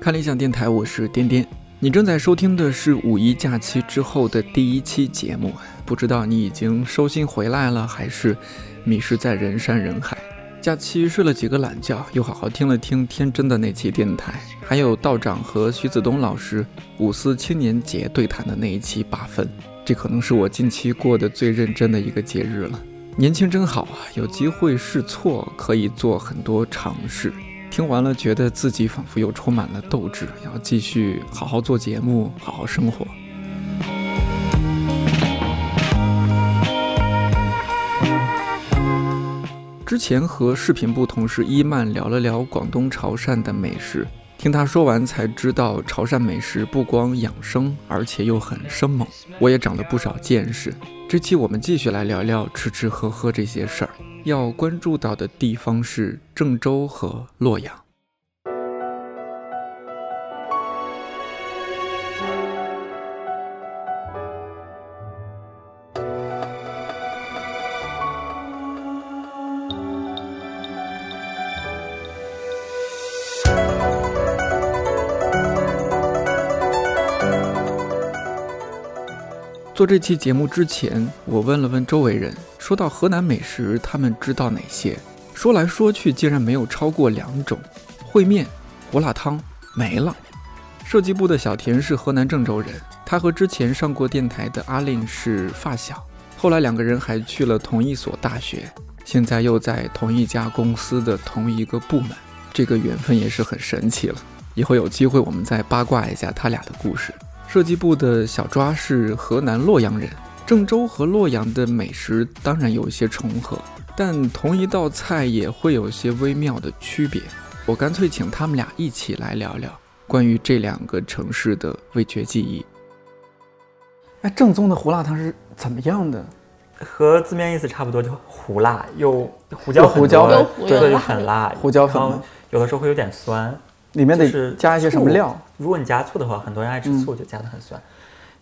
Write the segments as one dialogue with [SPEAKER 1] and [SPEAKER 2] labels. [SPEAKER 1] 看理想电台，我是颠颠。你正在收听的是五一假期之后的第一期节目，不知道你已经收心回来了，还是迷失在人山人海？假期睡了几个懒觉，又好好听了听天真的那期电台，还有道长和徐子东老师五四青年节对谈的那一期八分，这可能是我近期过得最认真的一个节日了。年轻真好啊，有机会试错，可以做很多尝试。听完了，觉得自己仿佛又充满了斗志，要继续好好做节目，好好生活。之前和视频部同事伊曼聊了聊广东潮汕的美食，听他说完才知道，潮汕美食不光养生，而且又很生猛。我也长了不少见识。这期我们继续来聊聊吃吃喝喝这些事儿。要关注到的地方是郑州和洛阳。做这期节目之前，我问了问周围人，说到河南美食，他们知道哪些？说来说去，竟然没有超过两种：烩面、胡辣汤没了。设计部的小田是河南郑州人，他和之前上过电台的阿令是发小，后来两个人还去了同一所大学，现在又在同一家公司的同一个部门，这个缘分也是很神奇了。以后有机会我们再八卦一下他俩的故事。设计部的小抓是河南洛阳人，郑州和洛阳的美食当然有一些重合，但同一道菜也会有些微妙的区别。我干脆请他们俩一起来聊聊关于这两个城市的味觉记忆。
[SPEAKER 2] 哎，正宗的胡辣汤是怎么样的？
[SPEAKER 3] 和字面意思差不多，就胡辣，又胡椒很多，
[SPEAKER 2] 胡椒
[SPEAKER 4] 粉
[SPEAKER 3] 对，
[SPEAKER 4] 对
[SPEAKER 3] 就很辣，
[SPEAKER 2] 胡椒粉
[SPEAKER 3] 然后有的时候会有点酸，
[SPEAKER 2] 里面
[SPEAKER 3] 就
[SPEAKER 2] 得
[SPEAKER 3] 是
[SPEAKER 2] 加一些什么料
[SPEAKER 3] 醋？？如果你加醋的话，很多人爱吃
[SPEAKER 2] 嗯
[SPEAKER 3] 醋，就加的很酸。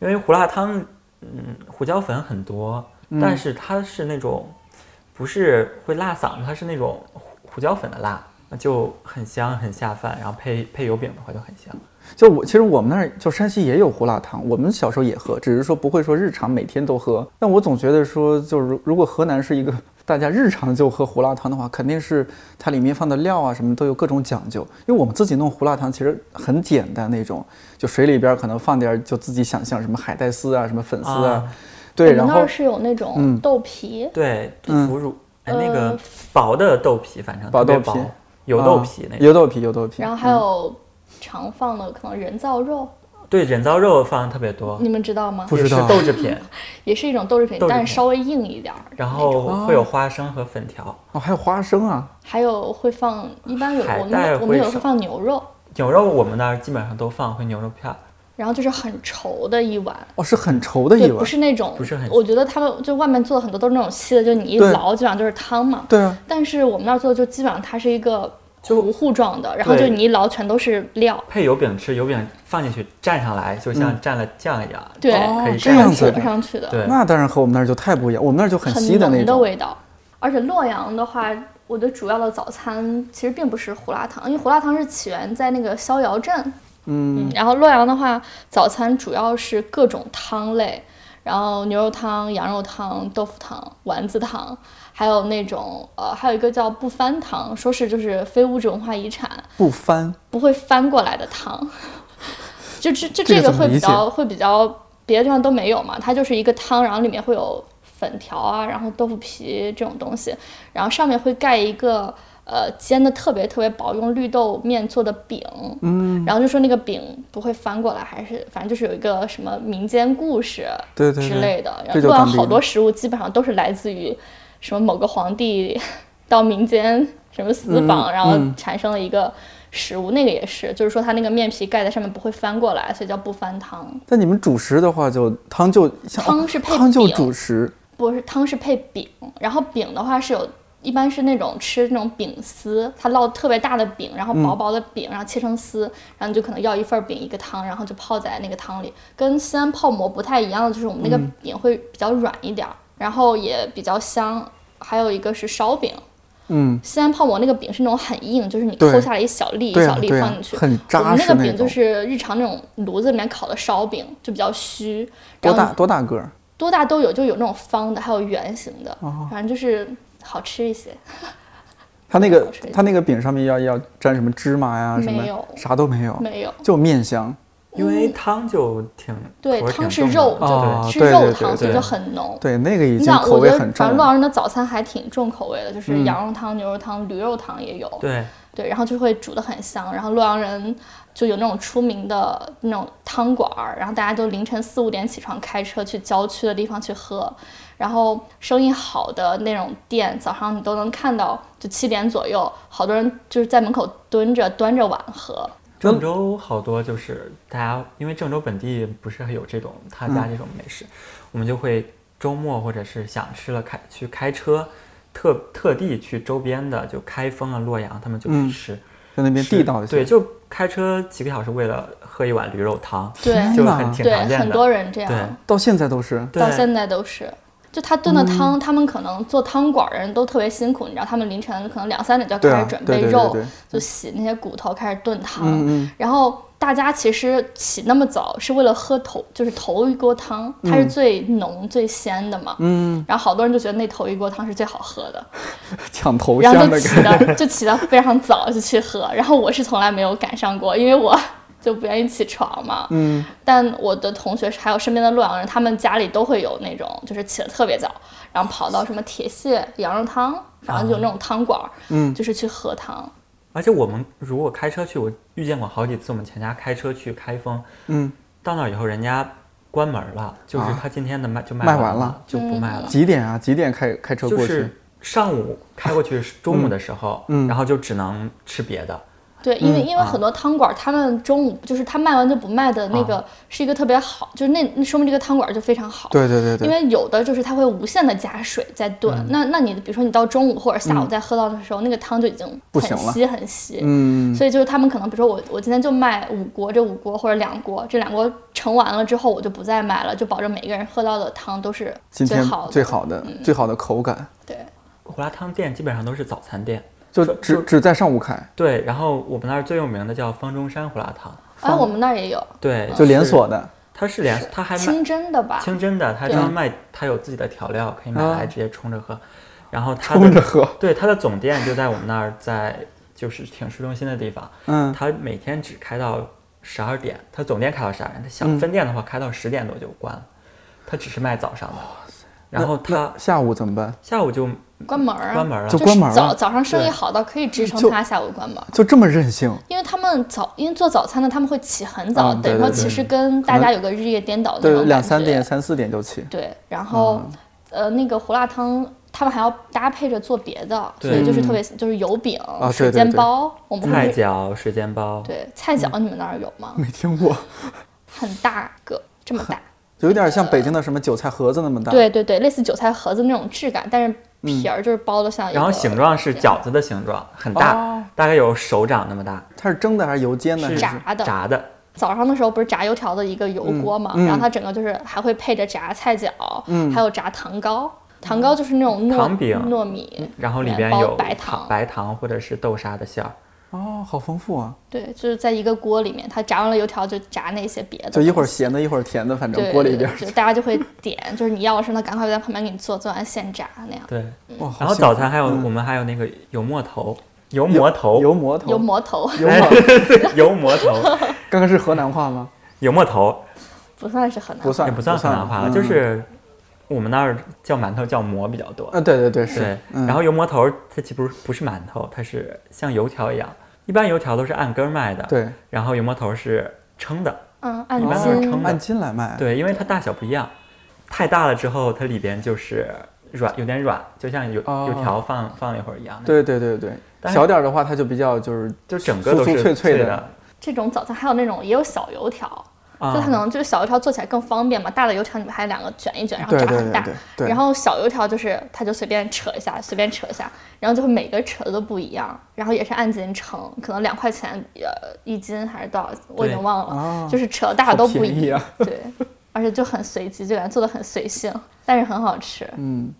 [SPEAKER 3] 因为胡辣汤，嗯，胡椒粉很多，
[SPEAKER 2] 嗯
[SPEAKER 3] 但是它是那种不是会辣嗓子，它是那种胡胡椒粉的辣，就很香很下饭。然后配配油饼的话就很香。
[SPEAKER 2] 就我其实我们那儿就山西也有胡辣汤，我们小时候也喝，只是说不会说日常每天都喝。但我总觉得说，就是如如果河南是一个 大家日常就喝胡辣汤的话，肯定是它里面放的料啊什么都有各种讲究。因为我们自己弄胡辣汤其实很简单那种，就水里边可能放点儿就自己想象什么海带丝啊、什么粉丝啊，
[SPEAKER 3] 啊
[SPEAKER 2] 对，
[SPEAKER 4] 我
[SPEAKER 2] 然
[SPEAKER 4] 哎们那
[SPEAKER 2] 后
[SPEAKER 4] 儿是有那种豆皮，
[SPEAKER 3] 嗯对，豆腐乳，哎，
[SPEAKER 4] 呃
[SPEAKER 3] 那个薄的豆皮，反正
[SPEAKER 2] 嗯薄
[SPEAKER 3] 特别
[SPEAKER 2] 豆皮
[SPEAKER 3] 薄油豆
[SPEAKER 2] 啊
[SPEAKER 3] 皮那种。
[SPEAKER 2] 油豆皮、油豆皮，
[SPEAKER 3] 嗯
[SPEAKER 4] 然后还有常放的可能人造肉，
[SPEAKER 3] 对，人造肉放的特别多，
[SPEAKER 4] 你们知道吗？
[SPEAKER 2] 不
[SPEAKER 3] 也
[SPEAKER 2] 知
[SPEAKER 3] 哦是
[SPEAKER 2] 道
[SPEAKER 3] 豆制品，
[SPEAKER 4] 也是一种豆制品
[SPEAKER 3] 豆，制
[SPEAKER 4] 但
[SPEAKER 3] 品
[SPEAKER 4] 是稍微硬一点儿。
[SPEAKER 3] 然后会有花生和粉条。
[SPEAKER 2] 哦还有花生啊，
[SPEAKER 4] 还有会放，一般有
[SPEAKER 3] 海
[SPEAKER 4] 我们
[SPEAKER 3] 带
[SPEAKER 4] 那我们有
[SPEAKER 3] 会
[SPEAKER 4] 会
[SPEAKER 3] 少
[SPEAKER 4] 放牛肉，
[SPEAKER 3] 牛肉我们那儿基本上都放会牛肉片儿，
[SPEAKER 4] 然后就是很稠的一碗。
[SPEAKER 2] 哦是很稠的一
[SPEAKER 4] 对，
[SPEAKER 2] 碗
[SPEAKER 4] 不，是那种，
[SPEAKER 3] 不是很
[SPEAKER 4] 我觉得他们就外面做的很多都是那种稀的，就你一
[SPEAKER 2] 对
[SPEAKER 4] 捞基本上就是汤嘛。
[SPEAKER 2] 对啊，
[SPEAKER 4] 但是我们那儿做的就基本上它是一个
[SPEAKER 3] 就
[SPEAKER 4] 糊糊状的，然后
[SPEAKER 3] 对哦
[SPEAKER 4] 就你一捞全都是料，
[SPEAKER 3] 配油饼吃，油饼放进去蘸上来，就像蘸了酱一样，
[SPEAKER 4] 对，
[SPEAKER 3] 可以
[SPEAKER 2] 这
[SPEAKER 3] 蘸
[SPEAKER 2] 样
[SPEAKER 3] 上
[SPEAKER 2] 子
[SPEAKER 3] 去
[SPEAKER 4] 裹上去的。
[SPEAKER 3] 对，
[SPEAKER 2] 嗯那当然和我们那儿就太不一样，我们那儿就很稀
[SPEAKER 4] 浓
[SPEAKER 2] 那种，
[SPEAKER 4] 味道。而且洛阳的话，我的主要的早餐其实并不是胡辣汤，因为胡辣汤是起源在那个逍遥镇。嗯，然后洛阳的话，早餐主要是各种汤类，然后牛肉汤、羊肉汤、豆腐汤、丸子汤，还有那种呃，还有一个叫不翻汤，说是就是非物质文化遗产，
[SPEAKER 2] 不翻。
[SPEAKER 4] 不会翻过来的汤， 就这这
[SPEAKER 2] 这个
[SPEAKER 4] 这个
[SPEAKER 2] 怎么
[SPEAKER 4] 会比
[SPEAKER 2] 理解
[SPEAKER 4] 较会比较别的地方都没有嘛，它就是一个汤，然后里面会有粉条啊，然后豆腐皮这种东西，然后上面会盖一个呃煎的特别特别薄，用绿豆面做的饼，嗯，然后就说那个饼不会翻过来，还是反正就是有一个什么民间故事
[SPEAKER 2] 对对
[SPEAKER 4] 之
[SPEAKER 2] 对
[SPEAKER 4] 类的，
[SPEAKER 2] 这
[SPEAKER 4] 然后
[SPEAKER 2] 就
[SPEAKER 4] 洛阳
[SPEAKER 2] 当地
[SPEAKER 4] 好
[SPEAKER 2] 的
[SPEAKER 4] 多食物基本上都是来自于什么某个皇帝 到民间什么
[SPEAKER 2] 嗯
[SPEAKER 4] 私访，然后产生了一个食物，那个也是，就是说它那个面皮盖在上面不会翻过来，所以叫不翻汤。
[SPEAKER 2] 但你们主食的话就，汤就像
[SPEAKER 4] 汤是
[SPEAKER 1] 哦
[SPEAKER 4] 配
[SPEAKER 2] 汤就
[SPEAKER 4] 饼
[SPEAKER 2] 主食，
[SPEAKER 4] 不是汤是配饼，然后饼的话是有，一般是那种吃那种饼丝，它烙特别大的饼，然后
[SPEAKER 1] 嗯
[SPEAKER 4] 薄薄的饼，然后切成丝，然后你就可能要一份饼一个汤，然后就泡在那个汤里。跟西安泡馍不太一样的就是我们那个
[SPEAKER 1] 嗯
[SPEAKER 4] 饼会比较软一点儿，然后也比较香。还有一个是烧饼，
[SPEAKER 1] 嗯，
[SPEAKER 4] 西安泡馍那个饼是那种很硬，就是你
[SPEAKER 1] 对
[SPEAKER 4] 抠下来一小粒一
[SPEAKER 1] 对
[SPEAKER 4] 小
[SPEAKER 1] 啊
[SPEAKER 4] 粒
[SPEAKER 1] 对
[SPEAKER 4] 放
[SPEAKER 1] 啊
[SPEAKER 4] 进，去。
[SPEAKER 1] 很
[SPEAKER 4] 我
[SPEAKER 1] 扎
[SPEAKER 4] 们那
[SPEAKER 1] 实
[SPEAKER 4] 个
[SPEAKER 1] 种。
[SPEAKER 4] 饼就是日常那种炉子里面烤的烧饼，就比较虚。
[SPEAKER 1] 多
[SPEAKER 4] 然后
[SPEAKER 1] 大多大个儿？
[SPEAKER 4] 多大都有，就有那种方的，还有圆形的，反正就是好吃一些。
[SPEAKER 1] 它那
[SPEAKER 4] 好
[SPEAKER 1] 个
[SPEAKER 4] 吃
[SPEAKER 1] 它那个饼上面要要沾什么芝麻呀什
[SPEAKER 4] 没有
[SPEAKER 1] 么，啥都没有，
[SPEAKER 4] 没有，
[SPEAKER 1] 就面香。
[SPEAKER 3] 因为
[SPEAKER 2] 嗯
[SPEAKER 3] 汤就挺
[SPEAKER 4] 对，
[SPEAKER 3] 口味
[SPEAKER 4] 汤
[SPEAKER 3] 挺重
[SPEAKER 4] 是
[SPEAKER 3] 的
[SPEAKER 4] 肉，
[SPEAKER 1] 的哦
[SPEAKER 4] 就
[SPEAKER 1] 对
[SPEAKER 4] 是肉
[SPEAKER 1] 对对
[SPEAKER 4] 汤，所
[SPEAKER 3] 对
[SPEAKER 4] 以就很浓。
[SPEAKER 1] 对，那个已
[SPEAKER 4] 你
[SPEAKER 1] 经
[SPEAKER 4] 想，
[SPEAKER 1] 口
[SPEAKER 4] 我
[SPEAKER 1] 味
[SPEAKER 4] 觉得
[SPEAKER 1] 很重
[SPEAKER 4] 反正洛
[SPEAKER 1] 了。
[SPEAKER 4] 阳人的早餐还挺重口味的，就是
[SPEAKER 1] 嗯
[SPEAKER 4] 羊肉汤、牛肉汤、驴肉汤也有。
[SPEAKER 3] 对，
[SPEAKER 4] 对，然后就会煮得很香。然后洛阳人就有那种出名的那种汤馆儿，然后大家都凌晨四五点起床，开车去郊区的地方去喝。然后生意好的那种店，早上你都能看到，就七点左右，好多人就是在门口蹲着端着碗喝。
[SPEAKER 3] 郑州好多就是大家，因为郑州本地不是很有这种他
[SPEAKER 2] 嗯
[SPEAKER 3] 家这种美食，我们就会周末或者是想吃了开去开车，特特地去周边的就开封啊洛阳，他们就
[SPEAKER 1] 嗯
[SPEAKER 3] 去吃，
[SPEAKER 1] 在那边
[SPEAKER 3] 吃
[SPEAKER 1] 地道一些。
[SPEAKER 3] 对，就开车几个小时为了喝一碗驴肉汤，
[SPEAKER 4] 对
[SPEAKER 3] 就
[SPEAKER 1] 哪
[SPEAKER 3] 很挺
[SPEAKER 4] 对
[SPEAKER 3] 常，见
[SPEAKER 4] 很
[SPEAKER 3] 的。
[SPEAKER 4] 多人这
[SPEAKER 3] 对
[SPEAKER 4] 样，
[SPEAKER 1] 到现在都是。
[SPEAKER 4] 到
[SPEAKER 3] 对，
[SPEAKER 4] 现在都是。就他炖的
[SPEAKER 1] 嗯
[SPEAKER 4] 汤，他们可能做汤馆儿的人都特别辛苦，你知道，他们凌晨可能两三点就要
[SPEAKER 1] 对
[SPEAKER 4] 开
[SPEAKER 1] 啊
[SPEAKER 4] 始，准
[SPEAKER 1] 对
[SPEAKER 4] 备
[SPEAKER 1] 对
[SPEAKER 4] 肉，嗯
[SPEAKER 1] 对对，
[SPEAKER 4] 就洗那些骨头，开始炖汤。
[SPEAKER 1] 嗯
[SPEAKER 4] 然后大家其实起那么早是为了喝头，就是头一锅汤，它是最浓、最鲜的嘛。
[SPEAKER 1] 嗯
[SPEAKER 4] 然后好多人就觉得那头一锅汤是最好喝的，
[SPEAKER 1] 嗯， 抢头
[SPEAKER 4] 然后
[SPEAKER 1] 香
[SPEAKER 4] 就
[SPEAKER 1] 的
[SPEAKER 4] 起
[SPEAKER 1] 感觉。
[SPEAKER 4] 的 就起的非常早就去喝。然后我是从来没有赶上过，因为我就不愿意起床嘛。
[SPEAKER 1] 嗯，
[SPEAKER 4] 但我的同学还有身边的洛阳人，他们家里都会有那种，就是起得特别早，然后跑到什么铁屑羊肉汤，反正就有那种汤馆儿，
[SPEAKER 1] 嗯
[SPEAKER 4] 就是去喝汤。
[SPEAKER 3] 而且我们如果开车去，我遇见过好几次，我们全家开车去开封，
[SPEAKER 1] 嗯，
[SPEAKER 3] 到那儿以后人家关门了，就是
[SPEAKER 1] 啊
[SPEAKER 3] 他今天的卖就卖
[SPEAKER 1] 卖
[SPEAKER 3] 完
[SPEAKER 1] 完了
[SPEAKER 3] 就不
[SPEAKER 4] 嗯
[SPEAKER 3] 卖了。
[SPEAKER 1] 几点啊？几点开开车
[SPEAKER 3] 就
[SPEAKER 1] 过
[SPEAKER 3] 是
[SPEAKER 1] 去？啊
[SPEAKER 3] 上午开过去，中午的时候，
[SPEAKER 1] 嗯
[SPEAKER 3] 然后就只能吃别的，
[SPEAKER 4] 对，因为因为
[SPEAKER 3] 啊
[SPEAKER 4] 很多汤馆儿，他们中午就是他卖完就不卖的
[SPEAKER 1] 嗯
[SPEAKER 4] 那个，是一个特别好，就是那那说明这个汤馆儿就非常好。
[SPEAKER 1] 对对对嗯
[SPEAKER 4] 因
[SPEAKER 1] 对，
[SPEAKER 4] 为有的就是它会无限的加水再炖，那那你比如说你到中午或者下午再喝到的时候，那个汤就已经
[SPEAKER 1] 嗯不
[SPEAKER 4] 很
[SPEAKER 1] 行了
[SPEAKER 4] 稀很稀。
[SPEAKER 1] 嗯，
[SPEAKER 4] 所以就是他们可能，比如说我，我今天就卖五锅，这五锅或者两锅，这两锅盛完了之后，我就不再买了，就保证每个人喝到的汤都是
[SPEAKER 1] 今
[SPEAKER 4] 最
[SPEAKER 1] 天
[SPEAKER 4] 好的。嗯
[SPEAKER 1] 最好的最好的口感，
[SPEAKER 4] 对，
[SPEAKER 3] 胡辣汤店基本上都是早餐店。
[SPEAKER 1] 就
[SPEAKER 3] 就
[SPEAKER 1] 只只在上午开，
[SPEAKER 3] 对，然后我们那儿最有名的叫方中山胡辣汤，
[SPEAKER 4] 哎，我们那儿也有
[SPEAKER 3] 对，
[SPEAKER 1] 就啊连
[SPEAKER 3] 是，
[SPEAKER 1] 锁的。
[SPEAKER 3] 它是连锁，它还卖
[SPEAKER 4] 清真的吧？
[SPEAKER 3] 清真的，它
[SPEAKER 4] 对哦
[SPEAKER 3] 专门卖，它有自己的调料，可以买
[SPEAKER 1] 啊
[SPEAKER 3] 来直接冲着喝。然后它
[SPEAKER 1] 冲着
[SPEAKER 3] 的
[SPEAKER 1] 喝，
[SPEAKER 3] 对它的总店就在我们那儿，在就是挺市中心的地方，
[SPEAKER 1] 嗯，
[SPEAKER 3] 它每天只开到十二点，它总店开到十二点，它小
[SPEAKER 1] 嗯
[SPEAKER 3] 分店的话开到十点多就关了，它只是卖早上的。然后
[SPEAKER 1] 那
[SPEAKER 3] 它
[SPEAKER 1] 那下午怎么办？
[SPEAKER 3] 下午就
[SPEAKER 4] 关门儿啊，
[SPEAKER 3] 关门儿了
[SPEAKER 1] 就是关门儿
[SPEAKER 4] 早
[SPEAKER 1] 了
[SPEAKER 4] 早上生意
[SPEAKER 3] 对
[SPEAKER 4] 好到可以支
[SPEAKER 1] 就
[SPEAKER 4] 撑他下午关门儿，
[SPEAKER 1] 就这么任性？
[SPEAKER 4] 因为他们早，因为做早餐的他们会起很早，
[SPEAKER 1] 嗯对
[SPEAKER 4] 等于
[SPEAKER 1] 对
[SPEAKER 4] 说
[SPEAKER 1] 对
[SPEAKER 4] 其实跟大
[SPEAKER 1] 能
[SPEAKER 4] 家有个日夜颠倒的那
[SPEAKER 1] 对，
[SPEAKER 4] 种
[SPEAKER 1] 两
[SPEAKER 4] 感
[SPEAKER 1] 三
[SPEAKER 4] 觉
[SPEAKER 1] 点、啊三四点就起。
[SPEAKER 4] 对，然后、呃那个胡辣汤。他们还要搭配着做别的，所以
[SPEAKER 3] 对
[SPEAKER 4] 就是特别就是油饼、
[SPEAKER 1] 啊对
[SPEAKER 4] 水
[SPEAKER 1] 对嗯
[SPEAKER 4] 煎
[SPEAKER 1] 对
[SPEAKER 4] 包，我们
[SPEAKER 3] 菜
[SPEAKER 4] 会去
[SPEAKER 3] 饺、水煎包，
[SPEAKER 4] 对菜饺，你们那儿有吗？
[SPEAKER 1] 没听过，
[SPEAKER 4] 很大个，这么大，
[SPEAKER 1] 就有点像北京的什么韭菜盒子那么大。，嗯
[SPEAKER 4] 对对对，类似韭菜盒子那种质感，但是皮儿就是包的像一个，
[SPEAKER 3] 然后形状是饺子的形状，很大，
[SPEAKER 1] 哦
[SPEAKER 3] 大概有手掌那么大，
[SPEAKER 1] 它是蒸的还是油煎的？还
[SPEAKER 3] 是
[SPEAKER 1] 是
[SPEAKER 4] 炸的
[SPEAKER 3] 炸的，
[SPEAKER 4] 早上的时候不是炸油条的一个油锅嘛，
[SPEAKER 1] 嗯嗯
[SPEAKER 4] 然后它整个就是还会配着炸菜饺，
[SPEAKER 1] 嗯
[SPEAKER 4] 还有炸糖糕。糖糕就是那种糯
[SPEAKER 3] 糖饼
[SPEAKER 4] 糯米，
[SPEAKER 3] 然后里边
[SPEAKER 4] 包
[SPEAKER 3] 有
[SPEAKER 4] 白
[SPEAKER 3] 糖、
[SPEAKER 4] 糖，
[SPEAKER 3] 白糖或者是豆沙的馅儿。
[SPEAKER 1] 哦，好丰富啊！
[SPEAKER 4] 对，就是在一个锅里面，它炸完了油条就炸那些别的东西，
[SPEAKER 1] 就一会儿咸的，一会儿甜的，反正
[SPEAKER 4] 对
[SPEAKER 1] 锅里边儿。
[SPEAKER 4] 就大家就会点，就是你要什么，赶快在旁边给你做，做完现炸那样。
[SPEAKER 3] 对，
[SPEAKER 1] 哇，好
[SPEAKER 3] 然后
[SPEAKER 1] 幸
[SPEAKER 3] 早
[SPEAKER 1] 福嗯
[SPEAKER 3] 餐还有、我们还有那个油馍头，油馍头，哎
[SPEAKER 1] 油馍
[SPEAKER 4] 有
[SPEAKER 1] 头，
[SPEAKER 4] 馍头
[SPEAKER 1] 油馍。
[SPEAKER 3] 油馍头，
[SPEAKER 1] 刚刚是河南话吗？
[SPEAKER 3] 油 馍头
[SPEAKER 4] 不算是很难，
[SPEAKER 1] 不算，
[SPEAKER 3] 也不算河南话了，
[SPEAKER 1] 嗯
[SPEAKER 3] 就是我们那儿叫馒头叫馍比较多。
[SPEAKER 1] 啊，对对对，是
[SPEAKER 3] 对，，
[SPEAKER 1] 嗯
[SPEAKER 3] 然后油馍头它其实不是不是馒头，它是像油条一样，一般油条都是按根儿卖的，，
[SPEAKER 1] 对，
[SPEAKER 3] 然后油馍头是称的，
[SPEAKER 4] 嗯，按
[SPEAKER 3] 一般都是
[SPEAKER 4] 斤
[SPEAKER 3] 称
[SPEAKER 1] 按
[SPEAKER 3] 的，
[SPEAKER 1] 斤来卖。
[SPEAKER 3] 对，因为它大小不一样，太大了之后它里边就是软，有点软，就像油、
[SPEAKER 1] 哦
[SPEAKER 3] 油条放放了一会儿一样，，
[SPEAKER 1] 对对对对
[SPEAKER 3] 但是
[SPEAKER 1] 小点儿的话，它就比较就是
[SPEAKER 3] 就整个都
[SPEAKER 1] 酥
[SPEAKER 3] 是
[SPEAKER 1] 酥脆脆的
[SPEAKER 3] 的，
[SPEAKER 4] 这种早餐还有那种也有小油条，
[SPEAKER 3] 啊、
[SPEAKER 4] 就它可能就是小油条做起来更方便嘛，大的油条你们还两个卷一卷，然后
[SPEAKER 1] 对
[SPEAKER 4] 炸
[SPEAKER 1] 对
[SPEAKER 4] 很
[SPEAKER 1] 对
[SPEAKER 4] 大。
[SPEAKER 1] 对对，
[SPEAKER 4] 然后小油条就是它就随便扯一下，随便扯一下，然后就会每个扯的都不一样，然后也是按斤称，可能两块钱呃一斤还是多少，我已经
[SPEAKER 3] 对
[SPEAKER 4] 忘了，
[SPEAKER 1] 啊，
[SPEAKER 4] 就是扯的大的都
[SPEAKER 1] 好
[SPEAKER 4] 不
[SPEAKER 1] 便宜
[SPEAKER 4] 一样，
[SPEAKER 1] 啊
[SPEAKER 4] 对， 而且就很随机，就感觉做的很随性，但是很好吃。
[SPEAKER 1] 嗯，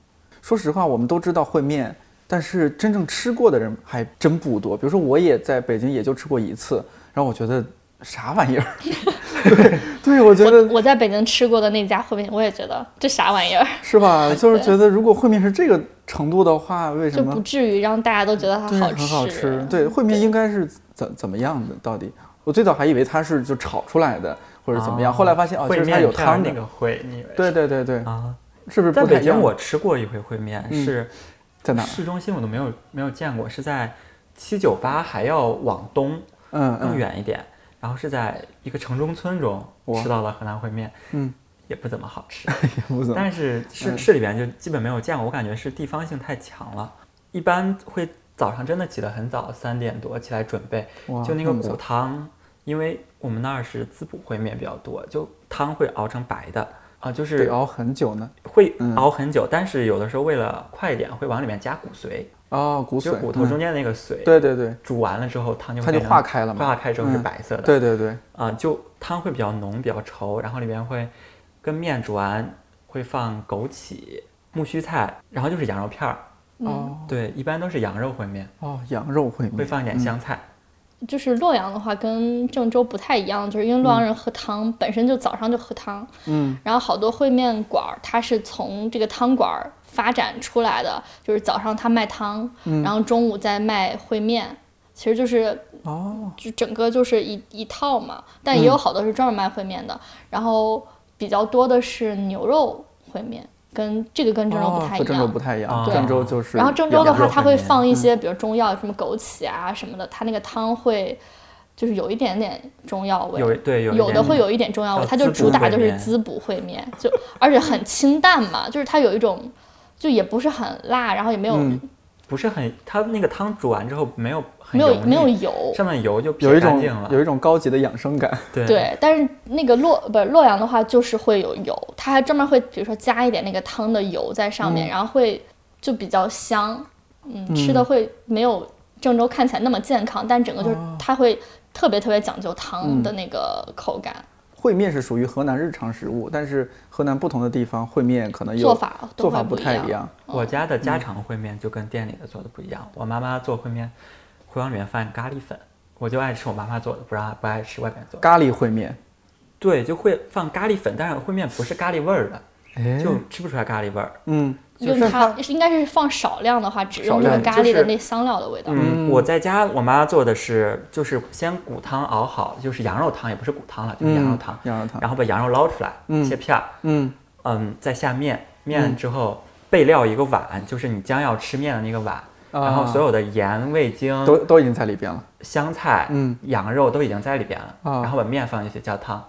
[SPEAKER 1] 说实话，我们都知道烩面，但是真正吃过的人还真不多。比如说，我也在北京也就吃过一次，然后我觉得啥玩意儿？ 对对，我觉得
[SPEAKER 4] 我我在北京吃过的那家烩面，我也觉得这啥玩意儿，
[SPEAKER 1] 是吧？就是觉得如果烩面是这个程度的话，为
[SPEAKER 4] 就
[SPEAKER 1] 什
[SPEAKER 4] 不
[SPEAKER 1] 么
[SPEAKER 4] 至于让大家都觉得它
[SPEAKER 1] 对
[SPEAKER 4] 好
[SPEAKER 1] 很好吃？对，烩面应该是怎怎么样的？到底我最早还以为它是就炒出来的或者怎么样，
[SPEAKER 3] 哦
[SPEAKER 1] 后来发现哦，
[SPEAKER 3] 烩
[SPEAKER 1] 就是它
[SPEAKER 3] 面
[SPEAKER 1] 有
[SPEAKER 3] 片儿
[SPEAKER 1] 汤
[SPEAKER 3] 那
[SPEAKER 1] 的。
[SPEAKER 3] 个烩，你以为是？
[SPEAKER 1] 对对对对，
[SPEAKER 3] 啊，
[SPEAKER 1] 是不是
[SPEAKER 3] 在
[SPEAKER 1] 不得
[SPEAKER 3] 北
[SPEAKER 1] 一
[SPEAKER 3] 京
[SPEAKER 1] 样？
[SPEAKER 3] 我吃过一回烩面，
[SPEAKER 1] 嗯
[SPEAKER 3] 是
[SPEAKER 1] 在哪儿？
[SPEAKER 3] 市中心我都没有没有见过，是在七九八还要往东
[SPEAKER 1] 嗯
[SPEAKER 3] 更
[SPEAKER 1] 嗯，
[SPEAKER 3] 远一点，然后是在一个城中村中
[SPEAKER 1] 哇
[SPEAKER 3] 吃到了河南烩面，
[SPEAKER 1] 嗯，
[SPEAKER 3] 也不怎么好 吃，
[SPEAKER 1] 不怎么。
[SPEAKER 3] 但是市
[SPEAKER 1] 嗯
[SPEAKER 3] 市里边就基本没有见过，我感觉是地方性太强了，一般会早上真的起得很早，三点多起来准备，
[SPEAKER 1] 哇
[SPEAKER 3] 就那个
[SPEAKER 1] 么
[SPEAKER 3] 骨
[SPEAKER 1] 早
[SPEAKER 3] 汤，因为我们那儿是滋补烩面比较多，就汤会熬成白的啊，就
[SPEAKER 1] 得
[SPEAKER 3] 是
[SPEAKER 1] 熬很久呢。
[SPEAKER 3] 会
[SPEAKER 1] 嗯
[SPEAKER 3] 熬很久，但是有的时候为了快一点，会往里面加骨髓，
[SPEAKER 1] 哦，骨
[SPEAKER 3] 就
[SPEAKER 1] 髓，
[SPEAKER 3] 是骨头中
[SPEAKER 1] 嗯
[SPEAKER 3] 间那个髓，
[SPEAKER 1] 对对对，
[SPEAKER 3] 煮完了之后汤就会
[SPEAKER 1] 它就
[SPEAKER 3] 变成
[SPEAKER 1] 化开了嘛
[SPEAKER 3] 化开之后是
[SPEAKER 1] 嗯
[SPEAKER 3] 白色的，
[SPEAKER 1] 对对对，
[SPEAKER 3] 啊、就汤会比较浓，比较稠，然后里面会跟面煮完会放枸杞、木须菜，然后就是羊肉片儿。
[SPEAKER 4] 嗯，
[SPEAKER 1] 哦
[SPEAKER 3] 对，一般都是羊肉烩面，
[SPEAKER 1] 哦，羊肉烩面
[SPEAKER 3] 会放一点
[SPEAKER 1] 嗯
[SPEAKER 3] 香菜。
[SPEAKER 4] 就是洛阳的话跟郑州不太一样，就是因为洛阳人喝汤、本身就早上就喝汤，
[SPEAKER 1] 嗯，
[SPEAKER 4] 然后好多烩面馆儿它是从这个汤馆儿发展出来的，就是早上他卖汤，
[SPEAKER 1] 嗯
[SPEAKER 4] 然后中午再卖烩面，其实就是
[SPEAKER 1] 哦，
[SPEAKER 4] 就整个就是一一套嘛，但
[SPEAKER 1] 嗯
[SPEAKER 4] 也有好多是专门卖烩面的，然后比较多的是牛肉烩面，跟这个跟郑州不
[SPEAKER 1] 哦
[SPEAKER 4] 太一
[SPEAKER 1] 和郑州
[SPEAKER 4] 样。
[SPEAKER 1] 不太一样，
[SPEAKER 3] 对
[SPEAKER 1] 郑州就是
[SPEAKER 4] 然后郑州的话，
[SPEAKER 3] 羊肉
[SPEAKER 4] 它
[SPEAKER 3] 烩
[SPEAKER 4] 会
[SPEAKER 3] 面
[SPEAKER 4] 放一些，比如中药，什么枸杞啊什么的，它那个汤会就是有一点点中药
[SPEAKER 1] 嗯
[SPEAKER 4] 味，
[SPEAKER 3] 有对有一
[SPEAKER 4] 有
[SPEAKER 3] 点
[SPEAKER 4] 的会有一点中药味，
[SPEAKER 3] 叫
[SPEAKER 4] 它就
[SPEAKER 3] 滋
[SPEAKER 4] 主
[SPEAKER 3] 补
[SPEAKER 4] 打
[SPEAKER 3] 烩
[SPEAKER 4] 就是
[SPEAKER 3] 面
[SPEAKER 4] 滋补烩面，就而且很清淡嘛，就是它有一种就也不是很辣，然后也没有、
[SPEAKER 1] 嗯
[SPEAKER 3] 不是很，它那个汤煮完之后没有很
[SPEAKER 4] 没有
[SPEAKER 3] 油
[SPEAKER 4] 没有
[SPEAKER 3] 腻
[SPEAKER 4] 油，
[SPEAKER 3] 上面油就撇
[SPEAKER 1] 有一
[SPEAKER 3] 干净
[SPEAKER 1] 种
[SPEAKER 3] 了。
[SPEAKER 1] 有一种高级的养生感，
[SPEAKER 3] 对
[SPEAKER 4] 对，但是那个洛不是洛阳的话，就是会有油，它还专门会比如说加一点那个汤的油在
[SPEAKER 3] 嗯
[SPEAKER 4] 上面，然后会就比较香，嗯，吃的会没有郑州看起来那么健康，但整个就是
[SPEAKER 3] 哦
[SPEAKER 4] 它会特别特别讲究汤
[SPEAKER 3] 嗯
[SPEAKER 4] 的那个口感、
[SPEAKER 1] 烩面是属于河南日常食物，但是河南不同的地方烩面可能有
[SPEAKER 4] 做法都
[SPEAKER 1] 做
[SPEAKER 4] 会
[SPEAKER 1] 法
[SPEAKER 4] 不一
[SPEAKER 1] 太
[SPEAKER 4] 样
[SPEAKER 1] 一样。
[SPEAKER 3] 我家的
[SPEAKER 1] 嗯
[SPEAKER 3] 家常烩面就跟店里的做的不一样，我妈妈做烩面会往里面放咖喱粉，我就爱吃我妈妈做的，不让不爱吃外面做的。
[SPEAKER 1] 咖喱烩面，
[SPEAKER 3] 对，就会放咖喱粉，但是烩面不是咖喱味儿的，
[SPEAKER 1] 哎
[SPEAKER 3] 就吃不出来咖喱味儿。
[SPEAKER 1] 嗯，
[SPEAKER 4] 用
[SPEAKER 1] 是
[SPEAKER 4] 它应该是放少量的话，只
[SPEAKER 1] 少
[SPEAKER 4] 用这个
[SPEAKER 1] 量
[SPEAKER 4] 咖
[SPEAKER 3] 就
[SPEAKER 4] 喱的
[SPEAKER 3] 是
[SPEAKER 4] 那香料的味道。
[SPEAKER 3] 嗯，我在家我妈做的是，就是先骨汤熬好，就是羊肉汤，也不是骨汤了，就是羊肉汤，
[SPEAKER 1] 嗯羊肉汤
[SPEAKER 3] 然后把羊肉捞出来，
[SPEAKER 1] 嗯
[SPEAKER 3] 切片儿，
[SPEAKER 1] 嗯
[SPEAKER 3] 嗯，再下面，面之后备料一个碗，就是你将要吃面的那个碗，然后所有的盐、味精、
[SPEAKER 1] 啊都都已经在里边了。
[SPEAKER 3] 香菜、
[SPEAKER 1] 嗯
[SPEAKER 3] 羊肉都已经在里边了，
[SPEAKER 1] 啊
[SPEAKER 3] 然后把面放进去加汤。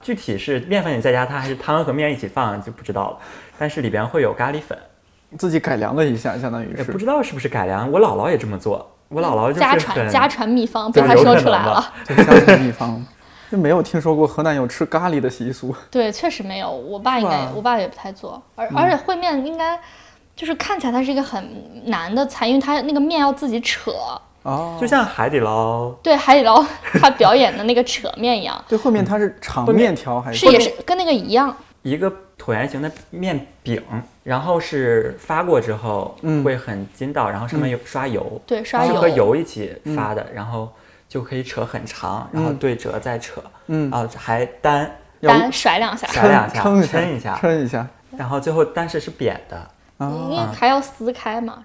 [SPEAKER 3] 具体是面粉你再加汤，还是汤和面一起放就不知道了，但是里边会有咖喱粉，
[SPEAKER 1] 自己改良了一下，相当于
[SPEAKER 3] 也
[SPEAKER 1] 是
[SPEAKER 3] 不知道是不是改良。我姥姥也这么做，我姥姥就是
[SPEAKER 4] 家
[SPEAKER 3] 很
[SPEAKER 4] 传家传秘方被
[SPEAKER 3] 对
[SPEAKER 4] 他
[SPEAKER 3] 有
[SPEAKER 4] 说
[SPEAKER 3] 可
[SPEAKER 4] 出
[SPEAKER 3] 能
[SPEAKER 4] 来
[SPEAKER 3] 吧
[SPEAKER 4] 了，
[SPEAKER 1] 就乡下地方， 就没有听说过河南有吃咖喱的习俗。
[SPEAKER 4] 对，确实没有。我爸应该
[SPEAKER 1] 吧，嗯
[SPEAKER 4] 我爸也不太做，而而且烩面应该就是看起来它是一个很难的菜，因为它那个面要自己扯。
[SPEAKER 1] 哦，
[SPEAKER 3] 就像海底捞
[SPEAKER 4] 对海底 捞他表演的那个扯面一样，
[SPEAKER 1] 对，烩面它是长哎面条还
[SPEAKER 4] 是也是跟那个一样，
[SPEAKER 3] 一个椭圆形的面饼，然后是发过之后
[SPEAKER 1] 嗯
[SPEAKER 3] 会很筋道，然后上面有刷油，
[SPEAKER 4] 对，刷
[SPEAKER 3] 是
[SPEAKER 4] 油，
[SPEAKER 3] 和油一起发的，然后就可以扯很长，然后
[SPEAKER 1] 嗯
[SPEAKER 3] 对折再扯，
[SPEAKER 1] 嗯
[SPEAKER 3] 啊还单
[SPEAKER 1] 要啊
[SPEAKER 4] 单甩两下，
[SPEAKER 3] 甩两下
[SPEAKER 1] 撑
[SPEAKER 3] 抻
[SPEAKER 1] 一
[SPEAKER 3] 一下
[SPEAKER 1] 撑一下
[SPEAKER 3] 然后最后但是是扁的，
[SPEAKER 1] 啊。
[SPEAKER 4] 因为还要撕开嘛。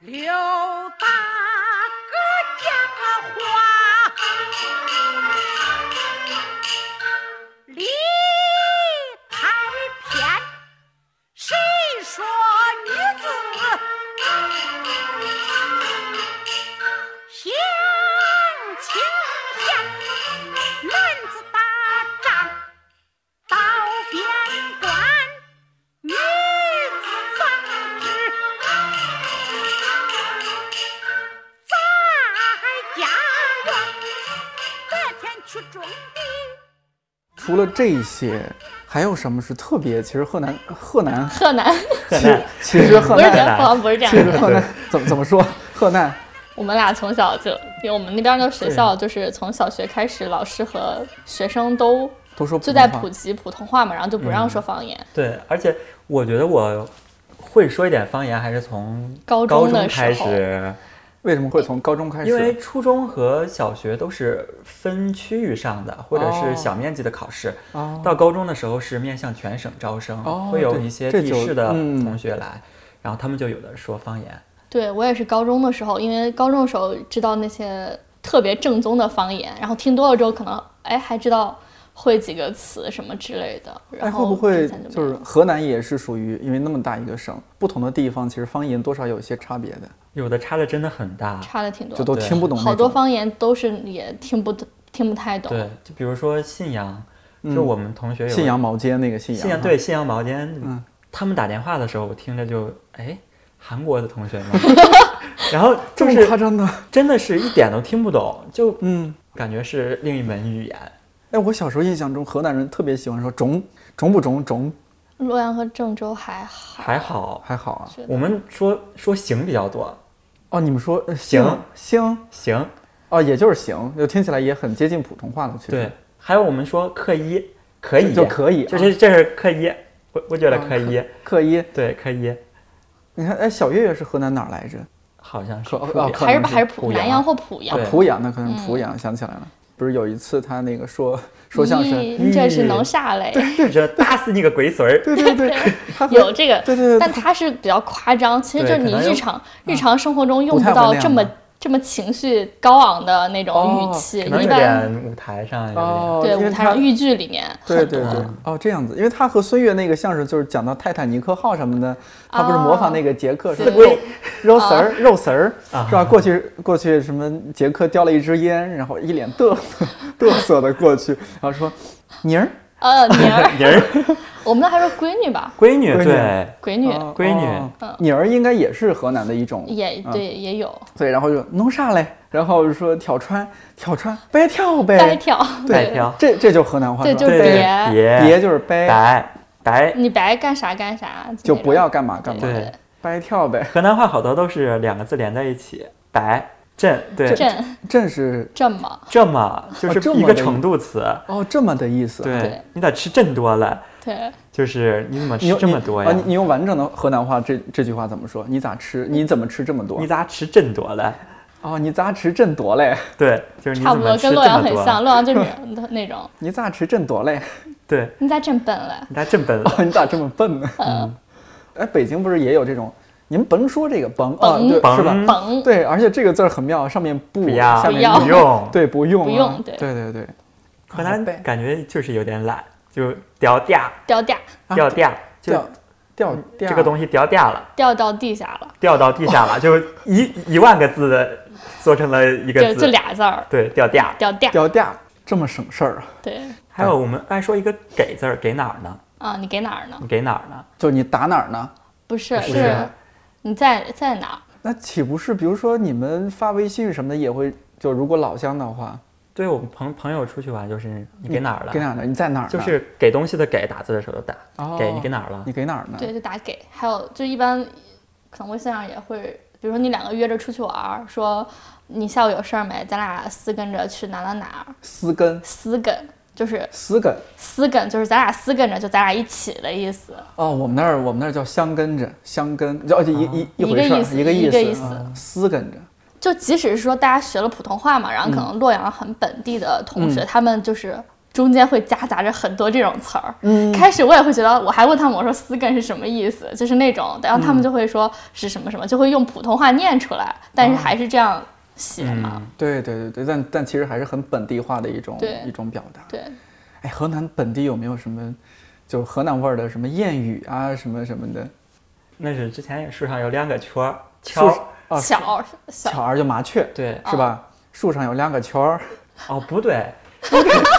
[SPEAKER 5] 刘大哥讲话，理太偏。谁说女子相亲相，男子打仗到边关，女子防止。在家园，白天去种地，
[SPEAKER 1] 除了这些，还有什么是特别？其实河南河 南
[SPEAKER 4] 河南
[SPEAKER 3] 河南
[SPEAKER 1] 其实河
[SPEAKER 4] 不是这
[SPEAKER 1] 南
[SPEAKER 4] 样，好像不是这样
[SPEAKER 1] 其实
[SPEAKER 4] 的。
[SPEAKER 1] 河南怎么怎么说？河南
[SPEAKER 4] 我们俩从小就，因为我们那边的学校就是从小学开始，老师和学生都
[SPEAKER 1] 都说普
[SPEAKER 4] 就
[SPEAKER 1] 通
[SPEAKER 4] 在
[SPEAKER 1] 话嗯
[SPEAKER 4] 普及普通话嘛，然后就不让说方言。
[SPEAKER 3] 对，而且我觉得我会说一点方言，还是从
[SPEAKER 4] 高中
[SPEAKER 3] 中
[SPEAKER 4] 的时
[SPEAKER 3] 开
[SPEAKER 4] 候
[SPEAKER 3] 始，
[SPEAKER 1] 为什么会从高中开始？
[SPEAKER 3] 因为初中和小学都是分区域上的，或者
[SPEAKER 1] 哦
[SPEAKER 3] 是小面积的考试。
[SPEAKER 1] 哦
[SPEAKER 3] 到高中的时候是面向全省招生，
[SPEAKER 1] 哦
[SPEAKER 3] 会有
[SPEAKER 1] 对
[SPEAKER 3] 一些
[SPEAKER 1] 这
[SPEAKER 3] 地
[SPEAKER 1] 就
[SPEAKER 3] 市的
[SPEAKER 1] 嗯
[SPEAKER 3] 同学来，然后他们就有的说方言。
[SPEAKER 4] 对我也是高中的时候，因为高中的时候知道那些特别正宗的方言，然后听多了之后，可能哎还知道会几个词什么之类的。
[SPEAKER 1] 哎，
[SPEAKER 4] 然
[SPEAKER 1] 会
[SPEAKER 4] 后
[SPEAKER 1] 不会
[SPEAKER 4] 之前就
[SPEAKER 1] 就
[SPEAKER 4] 没
[SPEAKER 1] 是
[SPEAKER 4] 有
[SPEAKER 1] 河南也是属于因为那么大一个省，不同的地方其实方言多少有一些差别的，
[SPEAKER 3] 有的差的真的很大，
[SPEAKER 4] 差的挺多
[SPEAKER 1] 就都
[SPEAKER 4] 的，
[SPEAKER 3] 对
[SPEAKER 1] 听不懂那种。
[SPEAKER 4] 好多方言都是也听不听不太懂。
[SPEAKER 3] 对，就比如说信阳，就我们同学有
[SPEAKER 1] 嗯信阳毛尖那个信阳，
[SPEAKER 3] 信阳对信阳毛尖，
[SPEAKER 1] 嗯
[SPEAKER 3] 他们打电话的时候，我听着就哎，韩国的同学 吗？然后
[SPEAKER 1] 这
[SPEAKER 3] 就
[SPEAKER 1] 么夸
[SPEAKER 3] 是
[SPEAKER 1] 张的，
[SPEAKER 3] 真的是一点都听不懂，就
[SPEAKER 1] 嗯。
[SPEAKER 3] 感觉是另一门语言。
[SPEAKER 1] 哎，我小时候印象中河南人特别喜欢说“中中不中中
[SPEAKER 4] 洛阳和郑州还好，
[SPEAKER 3] 还”，好，
[SPEAKER 1] 还好啊。
[SPEAKER 4] 是的
[SPEAKER 3] 我们说说行比较多，
[SPEAKER 1] 哦，你们说呃
[SPEAKER 3] 行
[SPEAKER 1] 行
[SPEAKER 3] 行
[SPEAKER 1] 哦，也就是行，就听起来也很接近普通话了。其实
[SPEAKER 3] 对，，还有我们说课一可以
[SPEAKER 1] 就可以
[SPEAKER 3] 就
[SPEAKER 1] 啊
[SPEAKER 3] 是这是课一，我我觉得
[SPEAKER 1] 啊
[SPEAKER 3] 课一，
[SPEAKER 1] 课一。
[SPEAKER 3] 对课一
[SPEAKER 1] 你看，哎，小岳岳是河南哪儿来着？
[SPEAKER 3] 好像是
[SPEAKER 1] 可
[SPEAKER 3] 普
[SPEAKER 1] 哦
[SPEAKER 3] 遍
[SPEAKER 1] 可
[SPEAKER 4] 还是
[SPEAKER 1] 能是
[SPEAKER 4] 还是普
[SPEAKER 3] 濮阳
[SPEAKER 4] 南阳或濮阳
[SPEAKER 1] 啊
[SPEAKER 3] 对，
[SPEAKER 1] 濮阳，那可能是濮
[SPEAKER 4] 嗯
[SPEAKER 1] 阳，想起来了。不是有一次他那个说说相声，嗯
[SPEAKER 4] 咦你嗯这是能啥嘞？
[SPEAKER 3] 这打死你个龟孙儿！
[SPEAKER 1] 对对 对，他和
[SPEAKER 4] 有这个，
[SPEAKER 1] 对对对
[SPEAKER 4] 但它是比较夸张，其实
[SPEAKER 3] 对
[SPEAKER 4] 就是你
[SPEAKER 3] 可能嗯
[SPEAKER 4] 日
[SPEAKER 3] 用
[SPEAKER 4] 常日常生活中用
[SPEAKER 1] 不太
[SPEAKER 4] 不
[SPEAKER 1] 会那
[SPEAKER 4] 到
[SPEAKER 1] 样
[SPEAKER 4] 这么
[SPEAKER 1] 吧
[SPEAKER 4] 这么情绪高昂的那种语
[SPEAKER 1] 哦
[SPEAKER 4] 气，
[SPEAKER 3] 可能
[SPEAKER 4] 一
[SPEAKER 3] 有
[SPEAKER 4] 般
[SPEAKER 3] 点舞台上有点，
[SPEAKER 1] 哦，
[SPEAKER 4] 对
[SPEAKER 1] 因为
[SPEAKER 4] 舞台
[SPEAKER 1] 他
[SPEAKER 4] 上豫剧里面
[SPEAKER 1] 对
[SPEAKER 4] 很
[SPEAKER 1] 对
[SPEAKER 4] 多。
[SPEAKER 1] 对，哦，这样子，因为他和孙越那个相声就是讲到泰坦尼克号什么的，他不是模仿那个杰克说
[SPEAKER 4] 哦对哦
[SPEAKER 1] 肉肉丝儿肉丝儿
[SPEAKER 3] 啊
[SPEAKER 1] 是吧？过去过去什么杰克叼了一支烟，然后一脸嘚瑟 嘚瑟的过去，然后说妮儿
[SPEAKER 4] 呃，女 儿，
[SPEAKER 3] 人儿
[SPEAKER 4] 我们那还说闺女吧，
[SPEAKER 3] 闺女
[SPEAKER 1] 闺女
[SPEAKER 3] 对，
[SPEAKER 4] 闺女
[SPEAKER 1] 哦
[SPEAKER 3] 闺女
[SPEAKER 1] 哦妮儿应该也是河南的一种，
[SPEAKER 4] 嗯也
[SPEAKER 1] 嗯
[SPEAKER 4] 对也有
[SPEAKER 1] 对，然后就弄啥嘞，然后说挑川挑川白跳
[SPEAKER 4] 白
[SPEAKER 1] 呗，
[SPEAKER 4] 跳，
[SPEAKER 3] 白
[SPEAKER 4] 对
[SPEAKER 3] 跳
[SPEAKER 1] 这这就河南话
[SPEAKER 4] 对
[SPEAKER 1] 是吧
[SPEAKER 4] 就
[SPEAKER 3] 对
[SPEAKER 4] 别
[SPEAKER 3] 别
[SPEAKER 1] 别就是掰，
[SPEAKER 3] 白白，
[SPEAKER 4] 你白干啥干啥，
[SPEAKER 1] 就
[SPEAKER 4] 那
[SPEAKER 1] 不
[SPEAKER 4] 种
[SPEAKER 1] 要干嘛干嘛，
[SPEAKER 3] 对，
[SPEAKER 1] 白跳呗。
[SPEAKER 3] 河南话好多都是两个字连在一起，白朕对
[SPEAKER 4] 正
[SPEAKER 1] 正是
[SPEAKER 4] 正嘛，
[SPEAKER 3] 这么就
[SPEAKER 1] 哦这
[SPEAKER 3] 是
[SPEAKER 1] 么
[SPEAKER 3] 一个
[SPEAKER 1] 的意
[SPEAKER 3] 程度词，
[SPEAKER 1] 哦，这么的意思啊。
[SPEAKER 3] 对
[SPEAKER 4] 对
[SPEAKER 3] 你咋吃朕多了？
[SPEAKER 4] 对，
[SPEAKER 3] 就是你怎么
[SPEAKER 1] 你
[SPEAKER 3] 吃
[SPEAKER 1] 用
[SPEAKER 3] 这么
[SPEAKER 1] 你
[SPEAKER 3] 多
[SPEAKER 1] 啊
[SPEAKER 3] 呀
[SPEAKER 1] 你？你用完整的河南话这这句话怎么说？你咋吃？你怎么吃这么多
[SPEAKER 3] 你？咋吃朕多了？
[SPEAKER 1] 哦，你咋吃朕多嘞？
[SPEAKER 3] 对，就是你
[SPEAKER 4] 差
[SPEAKER 3] 怎
[SPEAKER 4] 不
[SPEAKER 3] 么
[SPEAKER 4] 多
[SPEAKER 3] 吃这
[SPEAKER 4] 跟洛阳
[SPEAKER 3] 么
[SPEAKER 4] 很像，
[SPEAKER 3] 多？
[SPEAKER 4] 洛阳就是那那种，
[SPEAKER 1] 你咋吃朕多嘞？
[SPEAKER 3] 对，
[SPEAKER 4] 你咋真笨嘞？
[SPEAKER 3] 你咋这么笨了？
[SPEAKER 1] 哦，你咋这么笨呢？嗯， 哎，北京不是也有这种？您甭说这个甭啊，
[SPEAKER 4] 甭
[SPEAKER 1] 对，是吧？
[SPEAKER 3] 甭
[SPEAKER 4] 甭
[SPEAKER 1] 对，而且这个字儿很妙，上面不，
[SPEAKER 3] 不要
[SPEAKER 1] 下面
[SPEAKER 4] 不要
[SPEAKER 1] 用
[SPEAKER 3] 用
[SPEAKER 1] 对，不用啊，
[SPEAKER 4] 不用对
[SPEAKER 1] 对对对。
[SPEAKER 3] 河南
[SPEAKER 1] 呗
[SPEAKER 3] 感觉就是有点懒，就掉掉
[SPEAKER 4] 掉掉
[SPEAKER 1] 啊
[SPEAKER 3] 掉掉，就
[SPEAKER 1] 掉掉掉
[SPEAKER 3] 这个东西掉掉了。
[SPEAKER 4] 掉到地下了，
[SPEAKER 3] 掉到地 下了，就一一万个字的缩成了一
[SPEAKER 4] 就
[SPEAKER 3] 个
[SPEAKER 4] 就
[SPEAKER 3] 字，
[SPEAKER 4] 俩字儿，
[SPEAKER 3] 对，掉
[SPEAKER 1] 嗯
[SPEAKER 3] 掉。
[SPEAKER 4] 掉掉，
[SPEAKER 1] 掉掉，这么省事儿啊！
[SPEAKER 4] 对。
[SPEAKER 3] 还有我们爱说一个给字儿，给哪儿呢？
[SPEAKER 4] 啊，你给哪儿呢？
[SPEAKER 1] 嗯
[SPEAKER 3] 你给哪儿呢？
[SPEAKER 1] 就你打哪儿呢？
[SPEAKER 4] 不是，
[SPEAKER 3] 是
[SPEAKER 4] 是你在在哪儿？
[SPEAKER 1] 那岂不是比如说你们发微信什么的也会，就如果老乡的话，
[SPEAKER 3] 对我们朋朋友出去玩，就是你给哪儿了？
[SPEAKER 1] 嗯给哪儿呢？你在哪儿呢？
[SPEAKER 3] 就是给东西的给，打字的时候就打
[SPEAKER 1] 哦
[SPEAKER 3] 给，你给哪儿了
[SPEAKER 1] 你？给哪儿呢？
[SPEAKER 4] 对，就打给。还有就一般，可能微信上也会，比如说你两个约着出去玩儿，说你下午有事儿没？咱俩私跟着去哪哪哪儿？
[SPEAKER 1] 丝根，
[SPEAKER 4] 私跟就是
[SPEAKER 1] 丝根。
[SPEAKER 4] 私跟，就是咱俩私跟着，就咱俩一起的意思。
[SPEAKER 1] 哦，我们那儿我们那儿叫相跟着，相跟，就哦就一一一
[SPEAKER 4] 一
[SPEAKER 1] 回
[SPEAKER 4] 个
[SPEAKER 1] 事儿
[SPEAKER 4] 意，思
[SPEAKER 1] 一个
[SPEAKER 4] 一
[SPEAKER 1] 意
[SPEAKER 4] 个意
[SPEAKER 1] 思
[SPEAKER 4] 思
[SPEAKER 1] 啊，丝跟着。
[SPEAKER 4] 就即使是说大家学了普通话嘛，然后可能洛阳很本地的同学，他们就是中间会夹杂着很多这种词儿。嗯，开始我也会觉得，我还问他们我说“丝根”是什么意思，就是那种，然后他
[SPEAKER 3] 嗯
[SPEAKER 4] 们就会说是什么什么，就会用普通话念出来，但是还是这样写嘛。
[SPEAKER 3] 嗯，
[SPEAKER 1] 对对对对，但但其实还是很本地化的一种
[SPEAKER 4] 对
[SPEAKER 1] 一种表达。
[SPEAKER 4] 对，
[SPEAKER 1] 哎，河南本地有没有什么，就河南味儿的什么谚语啊，什么什么的？
[SPEAKER 3] 那是之前树上有两个圈儿，
[SPEAKER 1] 树
[SPEAKER 3] 敲，
[SPEAKER 1] 啊，
[SPEAKER 4] 巧
[SPEAKER 1] 巧
[SPEAKER 4] 巧
[SPEAKER 1] 儿就麻雀，
[SPEAKER 3] 对，
[SPEAKER 1] 是
[SPEAKER 4] 啊
[SPEAKER 1] 吧？树上有两个圈儿，
[SPEAKER 3] 哦，不对，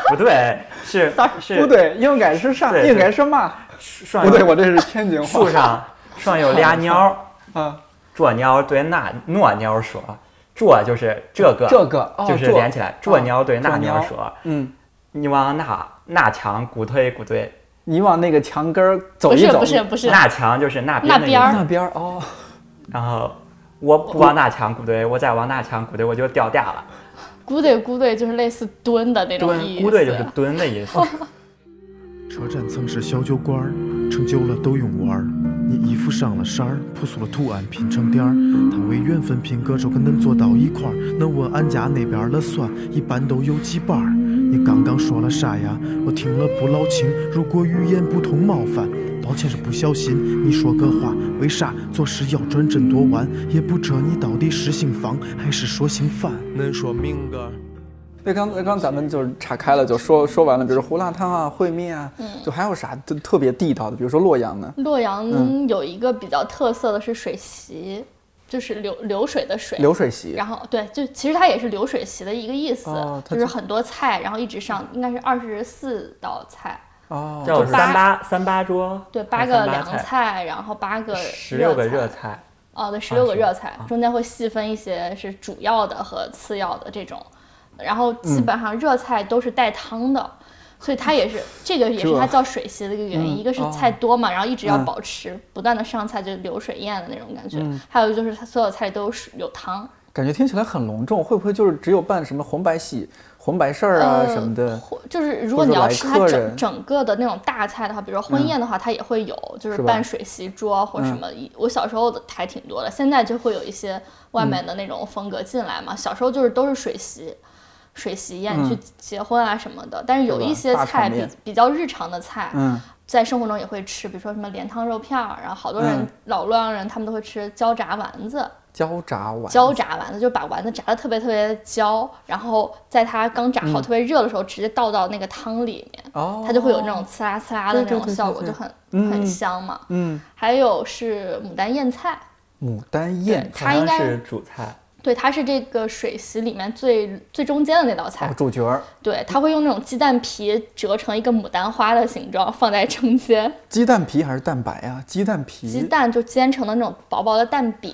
[SPEAKER 3] 不对，是 是
[SPEAKER 1] 不对，应该是啥？
[SPEAKER 3] 对
[SPEAKER 1] 应该是嘛？
[SPEAKER 3] 树上
[SPEAKER 1] 不对，
[SPEAKER 3] 有
[SPEAKER 1] 我这是天津话。
[SPEAKER 3] 树上树 上有俩鸟儿，
[SPEAKER 1] 啊，
[SPEAKER 3] 这鸟对那那鸟说，这就是这个，
[SPEAKER 1] 这个哦
[SPEAKER 3] 就是
[SPEAKER 1] 这
[SPEAKER 3] 连起来，这鸟对那
[SPEAKER 1] 这
[SPEAKER 3] 鸟
[SPEAKER 1] 鸟
[SPEAKER 3] 说，
[SPEAKER 1] 嗯，
[SPEAKER 3] 你往那那墙鼓推鼓推，
[SPEAKER 1] 你往那个墙根儿走
[SPEAKER 4] 不
[SPEAKER 1] 一
[SPEAKER 4] 是
[SPEAKER 1] 走，
[SPEAKER 4] 不是不是，
[SPEAKER 3] 那强就是那边
[SPEAKER 4] 那
[SPEAKER 3] 的意
[SPEAKER 4] 边
[SPEAKER 3] 思
[SPEAKER 4] 儿
[SPEAKER 1] 那边儿哦，
[SPEAKER 3] 然后我不往那墙鼓队，我再往那墙鼓队，我就掉价了。
[SPEAKER 4] 咕对咕对就是类似蹲的那种
[SPEAKER 3] 蹲，
[SPEAKER 4] 意思。哦
[SPEAKER 3] 鼓队就是蹲的意思。
[SPEAKER 6] 车站曾是小酒馆，儿，成就了都用玩儿。你衣服上了色儿，朴素了图案拼成点儿。他为缘分拼个手，跟恁坐到一块儿。恁问俺家那边儿的蒜，一般都有几瓣儿。你刚刚说了啥呀？我听了不老清。如果语言不通冒犯，抱歉是不小心。你说个话，为啥做事要转真多弯？也不知你到底是姓房还是说姓范。
[SPEAKER 7] 恁说明个儿。
[SPEAKER 1] 对，刚刚咱们就是岔开了，就说说完了，比如说胡辣汤啊、烩面啊，
[SPEAKER 4] 嗯
[SPEAKER 1] 就还有啥特特别地道的，比如说洛阳呢，
[SPEAKER 4] 洛阳
[SPEAKER 1] 嗯
[SPEAKER 4] 有一个比较特色的是水席，就是流流水的水。
[SPEAKER 1] 流水席，
[SPEAKER 4] 然后对，就其实它也是流水席的一个意思，
[SPEAKER 1] 哦它
[SPEAKER 4] 就是
[SPEAKER 1] 就
[SPEAKER 4] 很多菜，然后一直上，应该是二十四道菜，
[SPEAKER 1] 哦，
[SPEAKER 3] 叫
[SPEAKER 4] 八
[SPEAKER 3] 三八三八桌，
[SPEAKER 4] 对，八个
[SPEAKER 3] 三八
[SPEAKER 4] 凉
[SPEAKER 3] 菜，
[SPEAKER 4] 菜，然后八个
[SPEAKER 3] 十六个热
[SPEAKER 4] 菜，
[SPEAKER 3] 菜。
[SPEAKER 4] 哦，对，十六个
[SPEAKER 3] 是
[SPEAKER 4] 热菜
[SPEAKER 3] 啊，
[SPEAKER 4] 中间会细分一些是主要的和次要的这种，然后基
[SPEAKER 1] 嗯
[SPEAKER 4] 本上热菜都是带汤的。所以它 也是，这个也是
[SPEAKER 1] 这
[SPEAKER 4] 它叫水席的一个原因，
[SPEAKER 1] 嗯
[SPEAKER 4] 一个是
[SPEAKER 1] 哦
[SPEAKER 4] 菜多嘛，然后一直要
[SPEAKER 1] 嗯
[SPEAKER 4] 保持不断的上菜，就是流水宴的那种感觉。还有就是它所有菜都有水有汤，
[SPEAKER 1] 感觉听起来很隆重，会不会就是只有办什么红白喜、红白事儿啊
[SPEAKER 4] 呃
[SPEAKER 1] 什么的？
[SPEAKER 4] 或就是如果
[SPEAKER 1] 或者
[SPEAKER 4] 你要
[SPEAKER 1] 来
[SPEAKER 4] 吃它
[SPEAKER 1] 客
[SPEAKER 4] 整
[SPEAKER 1] 人嗯
[SPEAKER 4] 整个的那种大菜的话，比如说婚宴的话，它也会有，就是
[SPEAKER 1] 是吧嗯
[SPEAKER 4] 办水席桌或什么。我小时候的还挺多的，现在就会有一些
[SPEAKER 1] 嗯
[SPEAKER 4] 外面的那种风格进来嘛。小时候就是都是水席。水席宴
[SPEAKER 1] 嗯
[SPEAKER 4] 去结婚啊什么的，但是有
[SPEAKER 1] 是吧
[SPEAKER 4] 一些
[SPEAKER 1] 大场
[SPEAKER 4] 菜比
[SPEAKER 1] 面
[SPEAKER 4] 比较日常的菜，
[SPEAKER 1] 嗯，
[SPEAKER 4] 在生活中也会吃，比如说什么莲汤肉片儿，然后好多人、
[SPEAKER 1] 嗯
[SPEAKER 4] 老洛阳人他们都会吃焦炸丸子，
[SPEAKER 1] 焦炸丸，
[SPEAKER 4] 焦炸丸子，就是把丸子炸的特别特别焦，然后在它刚炸好、特别热的时候，直接倒到那个汤里面，
[SPEAKER 1] 嗯哦，
[SPEAKER 4] 它就会有那种呲啦呲啦的那
[SPEAKER 1] 对对
[SPEAKER 4] 种
[SPEAKER 1] 对
[SPEAKER 4] 效
[SPEAKER 1] 对
[SPEAKER 4] 果，
[SPEAKER 1] 对
[SPEAKER 4] 就很
[SPEAKER 1] 嗯
[SPEAKER 4] 很香嘛。
[SPEAKER 1] 嗯
[SPEAKER 4] 还有是牡丹燕菜，
[SPEAKER 1] 牡丹宴
[SPEAKER 4] 它应
[SPEAKER 3] 好像
[SPEAKER 4] 该
[SPEAKER 3] 是主菜，
[SPEAKER 4] 对，它是这个水席里面最最中间的那道菜，
[SPEAKER 1] 哦，主角儿
[SPEAKER 4] 对，它会用那种鸡蛋皮折成一个牡丹花的形状放在中间，
[SPEAKER 1] 鸡蛋皮还是蛋白啊？鸡蛋皮，
[SPEAKER 4] 鸡蛋就煎成的那种薄薄的蛋饼，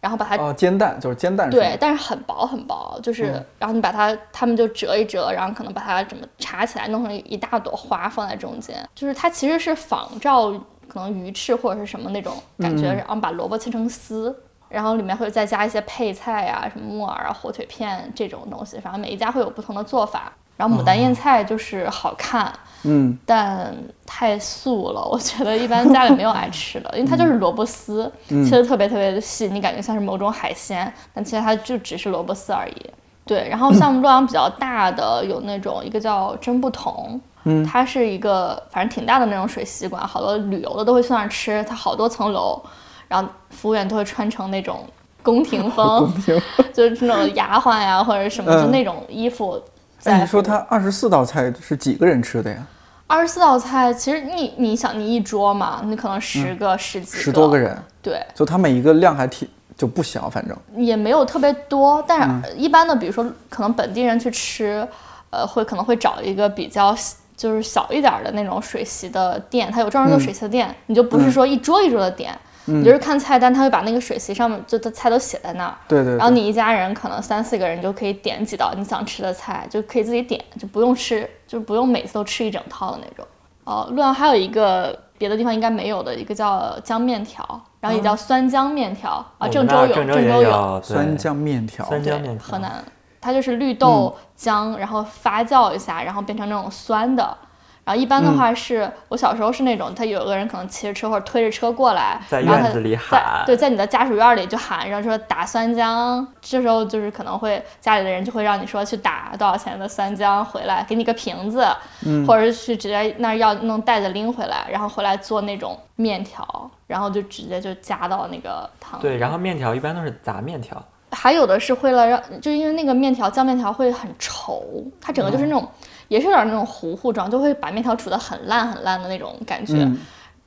[SPEAKER 4] 然后把它
[SPEAKER 1] 哦，煎蛋就是煎蛋，
[SPEAKER 4] 对，，但是很薄很薄，就是、然后你把它，他们就折一折，然后可能把它怎么插起来，弄成一大朵花放在中间，就是它其实是仿照可能鱼翅或者是什么那种感觉，然后把萝卜切成丝，然后里面会再加一些配菜啊，什么木耳啊、火腿片这种东西，反正每一家会有不同的做法。然后牡丹燕菜就是好看，
[SPEAKER 1] 嗯，
[SPEAKER 4] 但太素了， 我觉得一般家里没有爱吃的，因为它就是萝卜丝，切的特别特别的细，你感觉像是某种海鲜，但其实它就只是萝卜丝而已。对，然后像洛阳比较大的有那种一个叫真不同，嗯，它是一个反正挺大的那种水席馆，好多旅游的都会去那儿吃，它好多层楼，然后服务员都会穿成那种宫廷风， 就是那种丫鬟呀或者什么，
[SPEAKER 1] 嗯
[SPEAKER 4] 就那种衣服在服务。
[SPEAKER 1] 哎，你说它二十四道菜是几个人吃的呀？
[SPEAKER 4] 二十四道菜，其实你你想，你一桌嘛，你可能十个、十几个、
[SPEAKER 1] 嗯十多个，人，
[SPEAKER 4] 对，
[SPEAKER 1] 就它每一个量还挺就不小，反正
[SPEAKER 4] 也没有特别多。但
[SPEAKER 1] 嗯
[SPEAKER 4] 是一般的，比如说可能本地人去吃，呃，会可能会找一个比较就是小一点儿的那种水席的店，它有专
[SPEAKER 1] 嗯
[SPEAKER 4] 门做水席的店，你就不是说一桌一桌的点，你就是看菜单，他会把那个水席上面就的菜都写在那儿。
[SPEAKER 1] 对对对
[SPEAKER 4] 然后你一家人可能三四个人就可以点几道你想吃的菜，就可以自己点，就不用吃，就不用每次都吃一整套的那种。哦，洛阳还有一个别的地方应该没有的一个叫姜面条，然后也叫酸姜面条、啊，
[SPEAKER 3] 我
[SPEAKER 4] 郑
[SPEAKER 3] 们
[SPEAKER 4] 州
[SPEAKER 3] 嗯哦那儿
[SPEAKER 4] 有，
[SPEAKER 3] 郑
[SPEAKER 4] 州
[SPEAKER 3] 也
[SPEAKER 4] 有，
[SPEAKER 3] 有
[SPEAKER 1] 酸，酱面条，
[SPEAKER 3] 酸
[SPEAKER 4] 对
[SPEAKER 3] 姜面，条嗯
[SPEAKER 4] 河南，它就是绿豆姜，然后发酵一下，然后变成那种酸的。然后一般的
[SPEAKER 3] 嗯
[SPEAKER 4] 话是、我小时候是那种，他有个人可能骑着车或者推着车过来，
[SPEAKER 3] 在
[SPEAKER 4] 然后
[SPEAKER 3] 院
[SPEAKER 4] 他
[SPEAKER 3] 子里
[SPEAKER 4] 在
[SPEAKER 3] 喊
[SPEAKER 4] 对，在你的家属院里就喊，然后说打酸姜。这时候就是可能会家里的人就会让你说去打多少钱的酸姜回来，给你个瓶子，
[SPEAKER 1] 嗯
[SPEAKER 4] 或者是去直接那儿要弄袋子拎回来，然后回来做那种面条，然后就直接就加到那个汤里。
[SPEAKER 3] 对，然后面条一般都是杂面条，
[SPEAKER 4] 还有的是为了让，就因为那个面条酱面条会很稠，它整个
[SPEAKER 1] 嗯
[SPEAKER 4] 就是那种，也是有点那种糊糊状，就会把面条煮得很烂很烂的那种感觉。
[SPEAKER 1] 嗯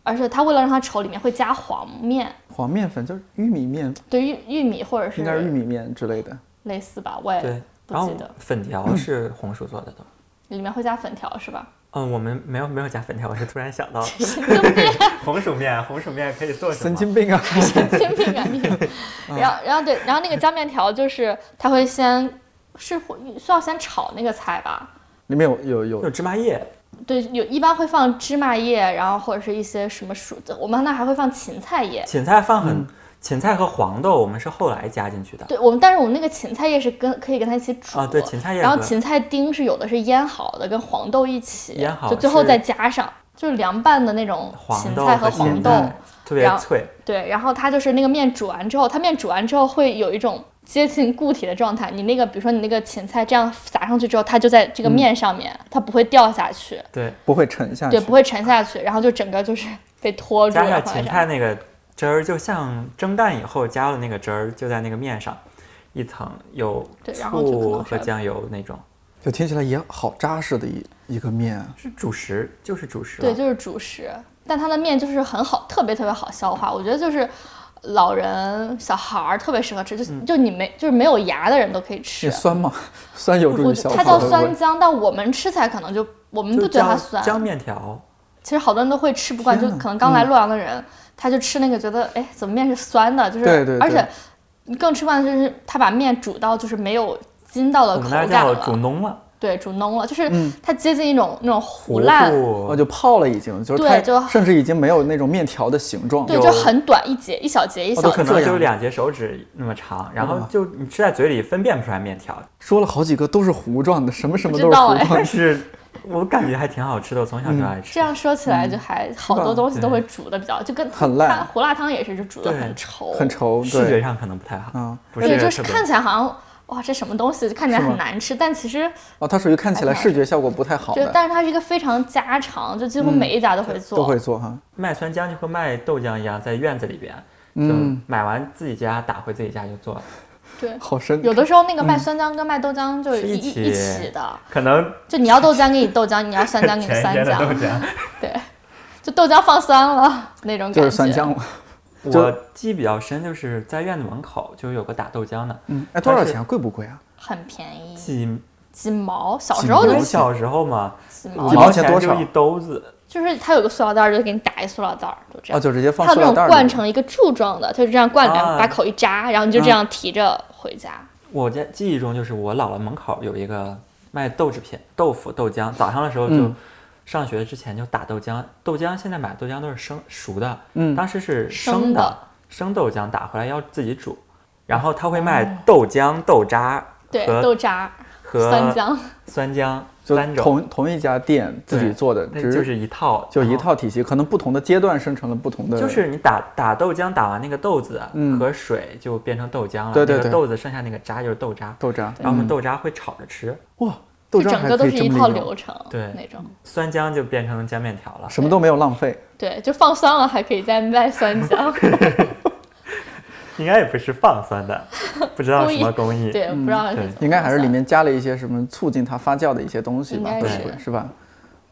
[SPEAKER 4] 而且它为了让它稠，里面会加黄面，
[SPEAKER 1] 黄面粉就是玉米面，
[SPEAKER 4] 对玉玉米或者是
[SPEAKER 1] 应该是玉米面之类的。
[SPEAKER 4] 类似吧，我也
[SPEAKER 3] 对，
[SPEAKER 4] 不
[SPEAKER 3] 然后
[SPEAKER 4] 记得
[SPEAKER 3] 粉 条是红薯做的都。
[SPEAKER 4] 里面会加粉条 是吧？
[SPEAKER 3] 嗯，我们没有没有加粉条， 我是突然 想到 红薯面，红薯面可以做什
[SPEAKER 1] 神
[SPEAKER 3] 么？
[SPEAKER 1] 经病啊！
[SPEAKER 4] 天平 感面，
[SPEAKER 3] 嗯
[SPEAKER 4] 然后然后对，然后那个姜面条就是它会先是会需要先炒那个菜吧，
[SPEAKER 1] 里面有有有
[SPEAKER 3] 有芝麻叶，
[SPEAKER 4] 对，有一般会放芝麻叶，然后或者是一些什么薯子，我们那还会放芹菜叶。
[SPEAKER 3] 芹菜放很，芹菜和黄豆我们是后来加进去的。
[SPEAKER 4] 嗯对我们，但是我们那个芹菜叶是跟可以跟它一起煮
[SPEAKER 3] 啊对芹菜叶
[SPEAKER 4] 然后
[SPEAKER 3] 和
[SPEAKER 4] 芹菜丁是有的是腌好的，跟黄豆一起
[SPEAKER 3] 腌好
[SPEAKER 4] 就最后
[SPEAKER 3] 是
[SPEAKER 4] 再加上，就是凉拌的那种芹
[SPEAKER 3] 黄豆
[SPEAKER 4] 菜和
[SPEAKER 3] 芹
[SPEAKER 4] 黄豆。
[SPEAKER 3] 菜特别
[SPEAKER 4] 然后
[SPEAKER 3] 脆，
[SPEAKER 4] 对，然后它就是那个面煮完之后，它面煮完之后会有一种接近固体的状态。你那个，比如说你那个芹菜这样撒上去之后，它就在这个
[SPEAKER 3] 嗯
[SPEAKER 4] 面上面，它不会掉下去，
[SPEAKER 3] 对，
[SPEAKER 1] 不会沉下去，
[SPEAKER 4] 对，不会沉下去，然后就整个就是被拖住
[SPEAKER 3] 加
[SPEAKER 4] 了
[SPEAKER 3] 上
[SPEAKER 4] 放在
[SPEAKER 3] 芹
[SPEAKER 4] 这
[SPEAKER 3] 菜
[SPEAKER 4] 儿。
[SPEAKER 3] 那个汁儿，就像蒸蛋以后加了那个汁儿，就在那个面上一层有
[SPEAKER 4] 对然后就可
[SPEAKER 3] 醋
[SPEAKER 4] 能
[SPEAKER 3] 和
[SPEAKER 4] 是
[SPEAKER 3] 酱油那种，
[SPEAKER 1] 就听起来也好扎实的一一个面啊。
[SPEAKER 3] 是主食，就是主食
[SPEAKER 4] 对，
[SPEAKER 3] 了。
[SPEAKER 4] 就是主食，但它的面就是很好，特别特别好消化。我觉得就是老人、小孩儿特别适合吃，就、
[SPEAKER 3] 嗯
[SPEAKER 4] 就你没就是没有牙的人都可以吃
[SPEAKER 1] 也。酸吗？ 酸有助
[SPEAKER 4] 啊我
[SPEAKER 1] 于消化。
[SPEAKER 4] 它叫
[SPEAKER 1] 会不
[SPEAKER 4] 酸
[SPEAKER 1] 会
[SPEAKER 4] 浆，但我们吃起来可能就我们不
[SPEAKER 3] 就
[SPEAKER 4] 觉得它
[SPEAKER 3] 姜
[SPEAKER 4] 酸。
[SPEAKER 3] 姜面条，
[SPEAKER 4] 其实好多人都会吃不惯，就
[SPEAKER 1] 天哪嗯
[SPEAKER 4] 可能刚来洛阳的人，他就吃那个觉得，哎，怎么面是酸的？就是，
[SPEAKER 1] 对对对
[SPEAKER 4] 而且你更吃不惯的就是他把面煮到就是没有筋道的
[SPEAKER 3] 我
[SPEAKER 4] 呃口
[SPEAKER 3] 们那儿
[SPEAKER 4] 感
[SPEAKER 3] 叫
[SPEAKER 4] 了，
[SPEAKER 3] 煮浓了，
[SPEAKER 4] 对，煮浓了，就是
[SPEAKER 1] 嗯
[SPEAKER 4] 它接近一种那种糊烂，
[SPEAKER 1] 哦，
[SPEAKER 3] 糊
[SPEAKER 1] 就泡了已经，就是
[SPEAKER 4] 对
[SPEAKER 1] 它
[SPEAKER 4] 就
[SPEAKER 1] 甚至已经没有那种面条的形状。
[SPEAKER 4] 对，
[SPEAKER 3] 有
[SPEAKER 4] 就很短一节，一小节一
[SPEAKER 3] 我
[SPEAKER 4] 小
[SPEAKER 3] 都
[SPEAKER 4] 节
[SPEAKER 3] 可。
[SPEAKER 1] 这
[SPEAKER 3] 能
[SPEAKER 1] 样
[SPEAKER 3] 就两节手指那么长，然后
[SPEAKER 1] 哇
[SPEAKER 3] 就你吃在嘴里分辨不出来面条，
[SPEAKER 1] 说了好几个都是糊状的，什么什么
[SPEAKER 4] 不
[SPEAKER 1] 都
[SPEAKER 4] 知
[SPEAKER 1] 是
[SPEAKER 4] 道
[SPEAKER 1] 糊
[SPEAKER 4] 哎
[SPEAKER 1] 状
[SPEAKER 3] 但
[SPEAKER 1] 的。
[SPEAKER 3] 是我感觉还挺好吃的，我从小就爱吃。
[SPEAKER 4] 嗯这样说起来，就还
[SPEAKER 1] 嗯
[SPEAKER 4] 好
[SPEAKER 1] 吧嗯
[SPEAKER 4] 多东西都
[SPEAKER 3] 对
[SPEAKER 4] 会煮的比较，就跟
[SPEAKER 1] 很烂
[SPEAKER 4] 它胡辣汤也是，就煮的
[SPEAKER 3] 对
[SPEAKER 4] 很稠，
[SPEAKER 1] 很稠，
[SPEAKER 3] 视觉
[SPEAKER 1] 对，
[SPEAKER 3] 上可能不太好，
[SPEAKER 1] 啊
[SPEAKER 3] 不
[SPEAKER 4] 对，
[SPEAKER 3] 是
[SPEAKER 4] 就是
[SPEAKER 3] 特别
[SPEAKER 4] 看起来好像哇，这什么东西，就看起来
[SPEAKER 1] 是
[SPEAKER 4] 很
[SPEAKER 1] 吗
[SPEAKER 4] 难吃，但其实
[SPEAKER 1] 哦，它属于看起来视觉效果不太好
[SPEAKER 4] 就
[SPEAKER 1] 的，嗯
[SPEAKER 4] 但是它是一个非常家常，就几乎每一家都会做，
[SPEAKER 1] 都会做哈。
[SPEAKER 3] 卖酸浆就和卖豆浆一样，在院子里边，就
[SPEAKER 1] 嗯，
[SPEAKER 3] 买完自己家打回自己家就做了。
[SPEAKER 4] 对。
[SPEAKER 1] 好深。
[SPEAKER 4] 有的时候那个卖酸浆跟卖豆浆就
[SPEAKER 3] 嗯
[SPEAKER 4] 是
[SPEAKER 3] 是
[SPEAKER 4] 一
[SPEAKER 3] 一
[SPEAKER 4] 一
[SPEAKER 3] 起
[SPEAKER 4] 一起的，
[SPEAKER 3] 可能
[SPEAKER 4] 就你要豆浆给你豆浆，你要酸浆 给你
[SPEAKER 3] 前一
[SPEAKER 4] 酸
[SPEAKER 3] 天的豆
[SPEAKER 4] 浆，
[SPEAKER 3] 浆，
[SPEAKER 4] 对，就豆浆放酸了那种感觉。
[SPEAKER 1] 就是酸浆了。 就
[SPEAKER 3] 我记忆比较深，就是在院子门口就有个打豆浆的，
[SPEAKER 1] 嗯，哎，多少
[SPEAKER 3] 但是
[SPEAKER 1] 钱啊？贵不贵啊？
[SPEAKER 4] 很便宜，
[SPEAKER 3] 几
[SPEAKER 4] 几毛，小
[SPEAKER 1] 几
[SPEAKER 4] 时候
[SPEAKER 3] 因
[SPEAKER 4] 的
[SPEAKER 3] 为
[SPEAKER 1] 毛
[SPEAKER 3] 小时候嘛，
[SPEAKER 4] 几
[SPEAKER 3] 五
[SPEAKER 4] 毛
[SPEAKER 1] 几，毛钱多
[SPEAKER 3] 就
[SPEAKER 1] 少
[SPEAKER 3] 一兜子，
[SPEAKER 4] 就是它有个塑料袋儿，就给你打一塑料袋儿，就
[SPEAKER 1] 哦，
[SPEAKER 4] 这样。
[SPEAKER 1] 就直接放
[SPEAKER 4] 还有
[SPEAKER 1] 塑
[SPEAKER 4] 那
[SPEAKER 1] 料
[SPEAKER 4] 种
[SPEAKER 1] 袋儿里
[SPEAKER 4] 灌成一个柱状的，它就这样灌，然后
[SPEAKER 3] 啊嗯
[SPEAKER 4] 把口一扎，然后你就这样提着回家。
[SPEAKER 3] 我在记忆中就是我姥姥门口有一个卖豆制品、豆腐、豆浆，早上的时候就
[SPEAKER 1] 嗯
[SPEAKER 3] 上学之前就打豆浆，豆浆现在买豆浆都是生熟的，
[SPEAKER 1] 嗯
[SPEAKER 3] 当时是
[SPEAKER 4] 生
[SPEAKER 3] 生
[SPEAKER 4] 的
[SPEAKER 3] 的生豆浆打回来要自己煮，然后他会卖豆浆、豆渣
[SPEAKER 4] 哦对，
[SPEAKER 3] 和
[SPEAKER 4] 豆渣、
[SPEAKER 3] 和
[SPEAKER 4] 酸浆，
[SPEAKER 3] 酸浆三
[SPEAKER 1] 就
[SPEAKER 3] 种，
[SPEAKER 1] 同同一家店自己
[SPEAKER 3] 对
[SPEAKER 1] 做的，
[SPEAKER 3] 那
[SPEAKER 1] 只
[SPEAKER 3] 就是一套，
[SPEAKER 1] 就一
[SPEAKER 3] 然后
[SPEAKER 1] 套体系，可能不同的阶段生成了不同的，
[SPEAKER 3] 就是你打打豆浆，打完那个豆子
[SPEAKER 1] 嗯
[SPEAKER 3] 和水就变成豆浆了。
[SPEAKER 1] 对对
[SPEAKER 3] 那
[SPEAKER 1] 对
[SPEAKER 3] 个豆子剩下那个渣就是豆渣，
[SPEAKER 1] 豆嗯渣。
[SPEAKER 3] 然后我们豆渣会炒着吃，
[SPEAKER 1] 哇，豆
[SPEAKER 4] 就
[SPEAKER 1] 渣
[SPEAKER 4] 整
[SPEAKER 1] 还
[SPEAKER 4] 个
[SPEAKER 1] 可
[SPEAKER 4] 都
[SPEAKER 1] 以
[SPEAKER 4] 是
[SPEAKER 1] 这
[SPEAKER 4] 一
[SPEAKER 1] 么利
[SPEAKER 4] 套
[SPEAKER 1] 用，
[SPEAKER 4] 流程，
[SPEAKER 3] 对
[SPEAKER 4] 那种。
[SPEAKER 3] 酸浆就变成浆面条了。
[SPEAKER 1] 什么都没有浪费。
[SPEAKER 4] 对，就放酸了还可以再卖酸浆，
[SPEAKER 3] 应该也不是放酸 的，不知道什么工艺。
[SPEAKER 4] 对，不知道是
[SPEAKER 3] 对
[SPEAKER 4] 怎么
[SPEAKER 1] 嗯应该还是
[SPEAKER 4] 放
[SPEAKER 1] 里
[SPEAKER 4] 酸
[SPEAKER 1] 面加了一些什么促进它发酵的一些东西吧，
[SPEAKER 4] 应
[SPEAKER 1] 会
[SPEAKER 4] 该
[SPEAKER 1] 不会
[SPEAKER 4] 是
[SPEAKER 1] 是吧？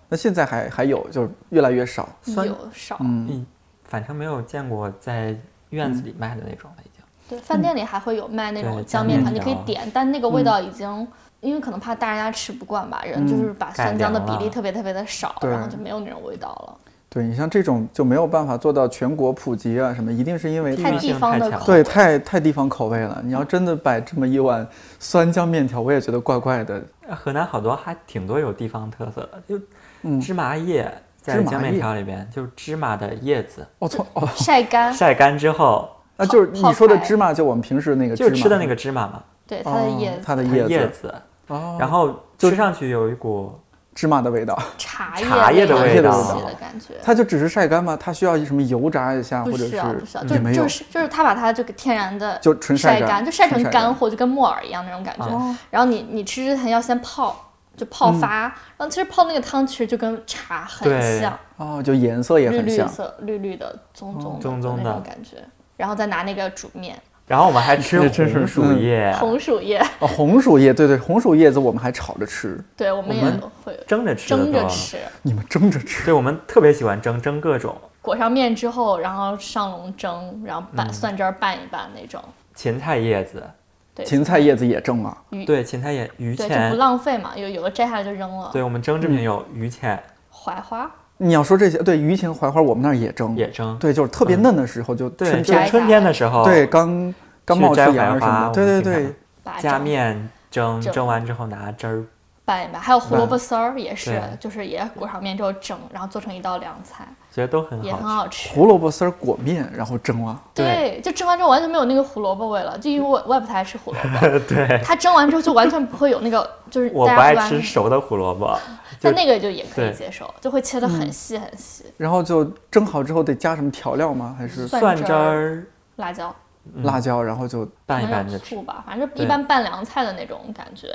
[SPEAKER 1] 那现在还还有，就是越来越少。
[SPEAKER 3] 酸
[SPEAKER 4] 有少，
[SPEAKER 3] 嗯，反正没有见过在院子里卖的那种了，已经。
[SPEAKER 4] 对，饭店里还会有卖那种
[SPEAKER 3] 对
[SPEAKER 4] 浆
[SPEAKER 3] 浆
[SPEAKER 4] 面
[SPEAKER 3] 面
[SPEAKER 4] 条，你可以
[SPEAKER 3] 条
[SPEAKER 4] 点，但那个
[SPEAKER 1] 嗯
[SPEAKER 4] 味道已经，因为可能怕大家吃不惯吧，人
[SPEAKER 1] 嗯
[SPEAKER 4] 就是把酸浆的
[SPEAKER 3] 改良
[SPEAKER 4] 比例
[SPEAKER 3] 了
[SPEAKER 4] 特别特别的少，
[SPEAKER 1] 对
[SPEAKER 4] 然后就没有那种味道了。
[SPEAKER 1] 对你像这种就没有办法做到全国普及啊什么，一定是因为
[SPEAKER 3] 地
[SPEAKER 4] 太
[SPEAKER 3] 域
[SPEAKER 4] 地
[SPEAKER 3] 性
[SPEAKER 4] 方
[SPEAKER 3] 太
[SPEAKER 4] 的
[SPEAKER 3] 强
[SPEAKER 4] 口
[SPEAKER 1] 对太太地方口味了。你要真的摆这么一碗酸浆面条，我也觉得怪怪的。
[SPEAKER 3] 河南好多还挺多有地方特色的，就
[SPEAKER 1] 嗯
[SPEAKER 3] 芝麻叶在
[SPEAKER 1] 芝麻
[SPEAKER 3] 浆面
[SPEAKER 1] 叶
[SPEAKER 3] 条里边，就是芝麻的叶子
[SPEAKER 1] 哦，从哦，
[SPEAKER 4] 晒干，
[SPEAKER 3] 晒干之后，
[SPEAKER 1] 那就是
[SPEAKER 4] 泡
[SPEAKER 1] 你说的
[SPEAKER 4] 开
[SPEAKER 1] 芝麻，就我们平时那个
[SPEAKER 3] 就是
[SPEAKER 1] 芝
[SPEAKER 3] 吃的
[SPEAKER 1] 麻
[SPEAKER 3] 那个芝麻嘛，
[SPEAKER 4] 对它
[SPEAKER 1] 哦
[SPEAKER 4] 的叶
[SPEAKER 1] 它
[SPEAKER 4] 子、
[SPEAKER 1] 的
[SPEAKER 3] 它叶
[SPEAKER 1] 子，
[SPEAKER 3] 子，
[SPEAKER 1] 哦，
[SPEAKER 3] 然后吃上去有一股
[SPEAKER 1] 芝麻的味道，
[SPEAKER 4] 茶
[SPEAKER 3] 茶叶
[SPEAKER 4] 的
[SPEAKER 3] 的
[SPEAKER 1] 味
[SPEAKER 4] 的
[SPEAKER 1] 道
[SPEAKER 4] 东西的感觉。
[SPEAKER 1] 它就只是晒干吗？它需要什么油炸一下，
[SPEAKER 4] 不
[SPEAKER 1] 或者
[SPEAKER 4] 需要，不需要，
[SPEAKER 1] 是嗯
[SPEAKER 4] 就
[SPEAKER 1] 也没
[SPEAKER 4] 是
[SPEAKER 1] 有
[SPEAKER 4] 就，是就是他把它就给天然的
[SPEAKER 1] 就纯晒
[SPEAKER 4] 晒
[SPEAKER 1] 干
[SPEAKER 4] 干，就晒
[SPEAKER 1] 纯
[SPEAKER 4] 成
[SPEAKER 1] 晒
[SPEAKER 4] 干
[SPEAKER 1] 干
[SPEAKER 4] 货，就跟木耳一样那种感觉。
[SPEAKER 3] 哦
[SPEAKER 4] 然后你你吃之前要先泡，就泡
[SPEAKER 1] 嗯
[SPEAKER 4] 发，然后其实泡那个汤其实就跟茶很
[SPEAKER 3] 对
[SPEAKER 4] 像，
[SPEAKER 1] 哦，就颜色也
[SPEAKER 4] 绿
[SPEAKER 1] 很
[SPEAKER 4] 绿
[SPEAKER 1] 像。
[SPEAKER 4] 色绿绿的棕棕的
[SPEAKER 3] 哦棕棕
[SPEAKER 4] 那
[SPEAKER 3] 的
[SPEAKER 4] 种感觉，然后再拿那个煮面，
[SPEAKER 3] 然后我们还 吃
[SPEAKER 1] 这是
[SPEAKER 3] 红薯叶，
[SPEAKER 4] 红薯叶，
[SPEAKER 1] 哦，红薯叶，对对，红薯叶子我们还炒着吃，
[SPEAKER 4] 对我们也
[SPEAKER 3] 们
[SPEAKER 4] 会
[SPEAKER 3] 蒸着吃的
[SPEAKER 4] 蒸着
[SPEAKER 3] 多
[SPEAKER 4] 吃，
[SPEAKER 1] 你们蒸着吃。
[SPEAKER 3] 对，我们特别喜欢蒸，蒸各种
[SPEAKER 4] 裹上面之后，然后上笼蒸，然后拌、
[SPEAKER 3] 嗯
[SPEAKER 4] 蒜汁儿拌一拌那种，
[SPEAKER 3] 芹菜叶子，
[SPEAKER 4] 对，
[SPEAKER 1] 芹菜叶子也蒸啊，
[SPEAKER 3] 对，芹菜叶榆
[SPEAKER 4] 对就
[SPEAKER 3] 钱
[SPEAKER 4] 不，浪费嘛，有有的摘下来就扔了，
[SPEAKER 3] 对我们蒸制
[SPEAKER 1] 嗯
[SPEAKER 3] 品有榆钱
[SPEAKER 4] 槐花。
[SPEAKER 1] 你要说这些，对，榆钱、槐花，我们那儿也蒸，
[SPEAKER 3] 也蒸，
[SPEAKER 1] 对，就是特别嫩的时候，就
[SPEAKER 3] 对，
[SPEAKER 1] 嗯春天，
[SPEAKER 3] 就
[SPEAKER 4] 嗯摘哦
[SPEAKER 3] 是
[SPEAKER 4] 下
[SPEAKER 3] 春天的时候，
[SPEAKER 1] 对，刚刚
[SPEAKER 3] 去
[SPEAKER 1] 冒出
[SPEAKER 3] 摘槐
[SPEAKER 4] 哦
[SPEAKER 1] 芽儿什么
[SPEAKER 3] 花
[SPEAKER 1] 的，对对
[SPEAKER 3] 我们
[SPEAKER 1] 对
[SPEAKER 3] 平，
[SPEAKER 4] 把它
[SPEAKER 3] 加
[SPEAKER 4] 蒸
[SPEAKER 3] 面蒸，
[SPEAKER 4] 蒸
[SPEAKER 3] 蒸完之后拿汁儿
[SPEAKER 4] 拌一拌，还有胡萝卜丝儿也是
[SPEAKER 3] 对，
[SPEAKER 4] 就是也裹上面之后蒸，然后做成一道凉菜，
[SPEAKER 3] 觉得都很
[SPEAKER 4] 也很
[SPEAKER 3] 好吃。
[SPEAKER 4] 好吃。
[SPEAKER 1] 胡萝卜丝儿裹面，然后蒸啊，
[SPEAKER 4] 对，就蒸完之后完全没有那个胡萝卜味了，就因为我我也不太爱吃胡萝卜，
[SPEAKER 3] 对，
[SPEAKER 4] 它蒸完之后就完全不会有那个，就是
[SPEAKER 3] 我
[SPEAKER 4] 大
[SPEAKER 3] 不
[SPEAKER 4] 家
[SPEAKER 3] 爱
[SPEAKER 4] 会把
[SPEAKER 3] 吃熟的胡萝卜，
[SPEAKER 4] 但
[SPEAKER 3] 就
[SPEAKER 4] 那个就也可以
[SPEAKER 3] 对
[SPEAKER 4] 接受，就会切得很细很细，
[SPEAKER 1] 然后就蒸好之后得加什么调料吗？还是
[SPEAKER 4] 蒜
[SPEAKER 3] 蒜
[SPEAKER 4] 汁
[SPEAKER 3] 汁
[SPEAKER 4] 儿
[SPEAKER 3] 儿
[SPEAKER 4] 辣椒。
[SPEAKER 1] 辣椒？然后就
[SPEAKER 3] 嗯拌一
[SPEAKER 4] 可
[SPEAKER 3] 拌
[SPEAKER 4] 能
[SPEAKER 3] 着
[SPEAKER 4] 有
[SPEAKER 3] 吃
[SPEAKER 4] 醋。吧，反正一
[SPEAKER 3] 对
[SPEAKER 4] 般拌凉菜的那种感觉，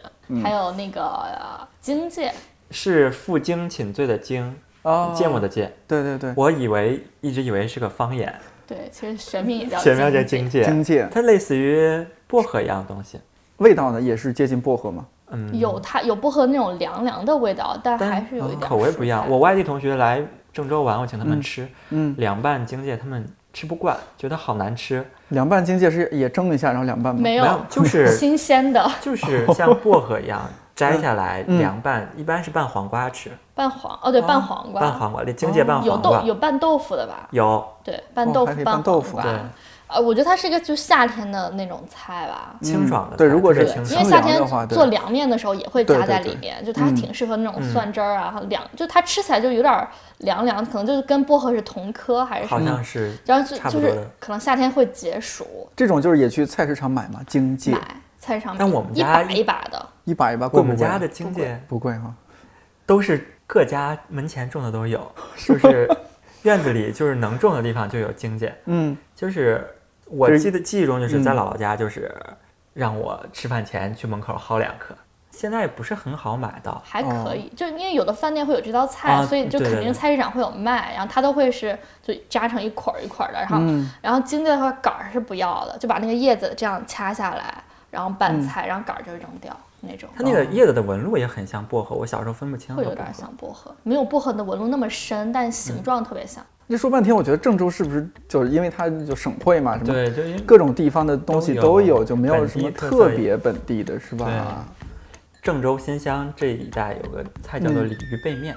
[SPEAKER 4] 还有那个、呃荆芥，
[SPEAKER 3] 是负荆请罪的荆，
[SPEAKER 1] 啊，
[SPEAKER 3] 芥末的芥。
[SPEAKER 1] 对对对，
[SPEAKER 3] 我以为一直以为是个方言，
[SPEAKER 4] 对，其实学名也叫
[SPEAKER 3] 前面叫
[SPEAKER 4] 荆
[SPEAKER 3] 荆
[SPEAKER 4] 芥，
[SPEAKER 3] 芥，
[SPEAKER 1] 荆芥
[SPEAKER 3] 它类似于薄荷一样的东西。
[SPEAKER 1] 味道呢也是接近薄荷嘛。
[SPEAKER 3] 嗯，
[SPEAKER 4] 有它有薄荷那种凉凉的味道，但
[SPEAKER 3] 但
[SPEAKER 4] 还是有一点
[SPEAKER 3] 口味不一样。
[SPEAKER 4] 蔬菜
[SPEAKER 3] 我外地同学来郑州玩，我请他们吃，
[SPEAKER 1] 嗯，
[SPEAKER 3] 凉拌荆芥，他们吃不惯，觉得好难吃。
[SPEAKER 1] 凉拌荆芥是也蒸一下然后凉拌吗？
[SPEAKER 4] 没
[SPEAKER 3] 没有
[SPEAKER 4] 有，
[SPEAKER 3] 就是
[SPEAKER 4] 新鲜的
[SPEAKER 3] 就是像薄荷一 样摘下来
[SPEAKER 1] 嗯
[SPEAKER 3] 凉拌，一般是拌黄瓜吃，
[SPEAKER 4] 拌黄哦，对，拌黄瓜，
[SPEAKER 3] 拌黄瓜，荆芥拌
[SPEAKER 4] 哦有
[SPEAKER 3] 黄
[SPEAKER 4] 豆
[SPEAKER 3] 瓜，
[SPEAKER 4] 有拌豆腐的吧？
[SPEAKER 3] 有
[SPEAKER 4] 对，拌豆
[SPEAKER 1] 哦还
[SPEAKER 4] 腐、
[SPEAKER 1] 可以
[SPEAKER 4] 拌
[SPEAKER 1] 拌豆腐
[SPEAKER 4] 黄瓜
[SPEAKER 3] 对
[SPEAKER 4] 呃，我觉得它是一个就夏天的那种菜吧。
[SPEAKER 3] 清爽的菜。
[SPEAKER 1] 嗯对如果
[SPEAKER 3] 特别
[SPEAKER 1] 是
[SPEAKER 3] 清
[SPEAKER 4] 因为
[SPEAKER 1] 清
[SPEAKER 3] 爽
[SPEAKER 4] 夏
[SPEAKER 1] 凉
[SPEAKER 4] 天
[SPEAKER 1] 的话对
[SPEAKER 4] 做凉面的时候也会
[SPEAKER 1] 对
[SPEAKER 4] 加
[SPEAKER 1] 对
[SPEAKER 4] 在
[SPEAKER 1] 对
[SPEAKER 4] 里面，就它挺适合那种
[SPEAKER 3] 嗯
[SPEAKER 4] 蒜汁儿啊，和凉，就它吃起来就有点儿凉凉，可能就是跟薄荷是同科还是什
[SPEAKER 3] 好
[SPEAKER 4] 么，
[SPEAKER 3] 像
[SPEAKER 1] 嗯
[SPEAKER 3] 是
[SPEAKER 4] 然后就
[SPEAKER 3] 差
[SPEAKER 4] 就
[SPEAKER 3] 不多
[SPEAKER 4] 是
[SPEAKER 3] 的。
[SPEAKER 4] 可能夏天会解暑，
[SPEAKER 1] 这种就是也去菜市场买嘛，荆芥
[SPEAKER 4] 买菜市场买，
[SPEAKER 3] 但我们
[SPEAKER 4] 一
[SPEAKER 3] 家
[SPEAKER 4] 把一把的，
[SPEAKER 1] 一把一把贵
[SPEAKER 3] 我
[SPEAKER 1] 不贵？啊
[SPEAKER 3] 们家的荆芥
[SPEAKER 1] 不贵哈，
[SPEAKER 3] 都是各家门前种的都 有，就是院子里就是能种的地方就有荆芥。
[SPEAKER 1] 嗯，
[SPEAKER 3] 就是我
[SPEAKER 1] 就是
[SPEAKER 3] 记得记忆中就是在
[SPEAKER 1] 嗯
[SPEAKER 3] 姥姥家，就是让我吃饭前去门口薅两颗，现在也不是很好买到。
[SPEAKER 4] 还可以，就因为有的饭店会有这道菜，
[SPEAKER 3] 啊
[SPEAKER 4] 所以就
[SPEAKER 3] 对
[SPEAKER 4] 肯
[SPEAKER 3] 对
[SPEAKER 4] 定
[SPEAKER 3] 对
[SPEAKER 4] 菜市场会有卖，然后它都会是就扎成一捆儿一捆儿的，然后、
[SPEAKER 1] 嗯
[SPEAKER 4] 然后荆芥的话杆儿是不要的，就把那个叶子这样掐下来，然后拌
[SPEAKER 1] 嗯
[SPEAKER 4] 菜，然后杆儿就扔掉那种。
[SPEAKER 3] 它那
[SPEAKER 1] 哦
[SPEAKER 3] 个叶子的纹路也很像薄荷，我小时候分不清和
[SPEAKER 4] 会
[SPEAKER 3] 薄
[SPEAKER 4] 有
[SPEAKER 3] 荷
[SPEAKER 4] 点像薄荷，没有薄荷的纹路那么深，但形状特别像。
[SPEAKER 1] 这说半天，我觉得郑州是不是就是因为它就省会嘛，什么
[SPEAKER 3] 对，就因为
[SPEAKER 1] 各种地方的东西
[SPEAKER 3] 都
[SPEAKER 1] 都
[SPEAKER 3] 有
[SPEAKER 1] 有，就没有什么
[SPEAKER 3] 本地特色
[SPEAKER 1] 特别本地的，是吧？
[SPEAKER 3] 郑州新乡这一带有个菜叫做
[SPEAKER 1] 嗯
[SPEAKER 3] 鲤鱼背面，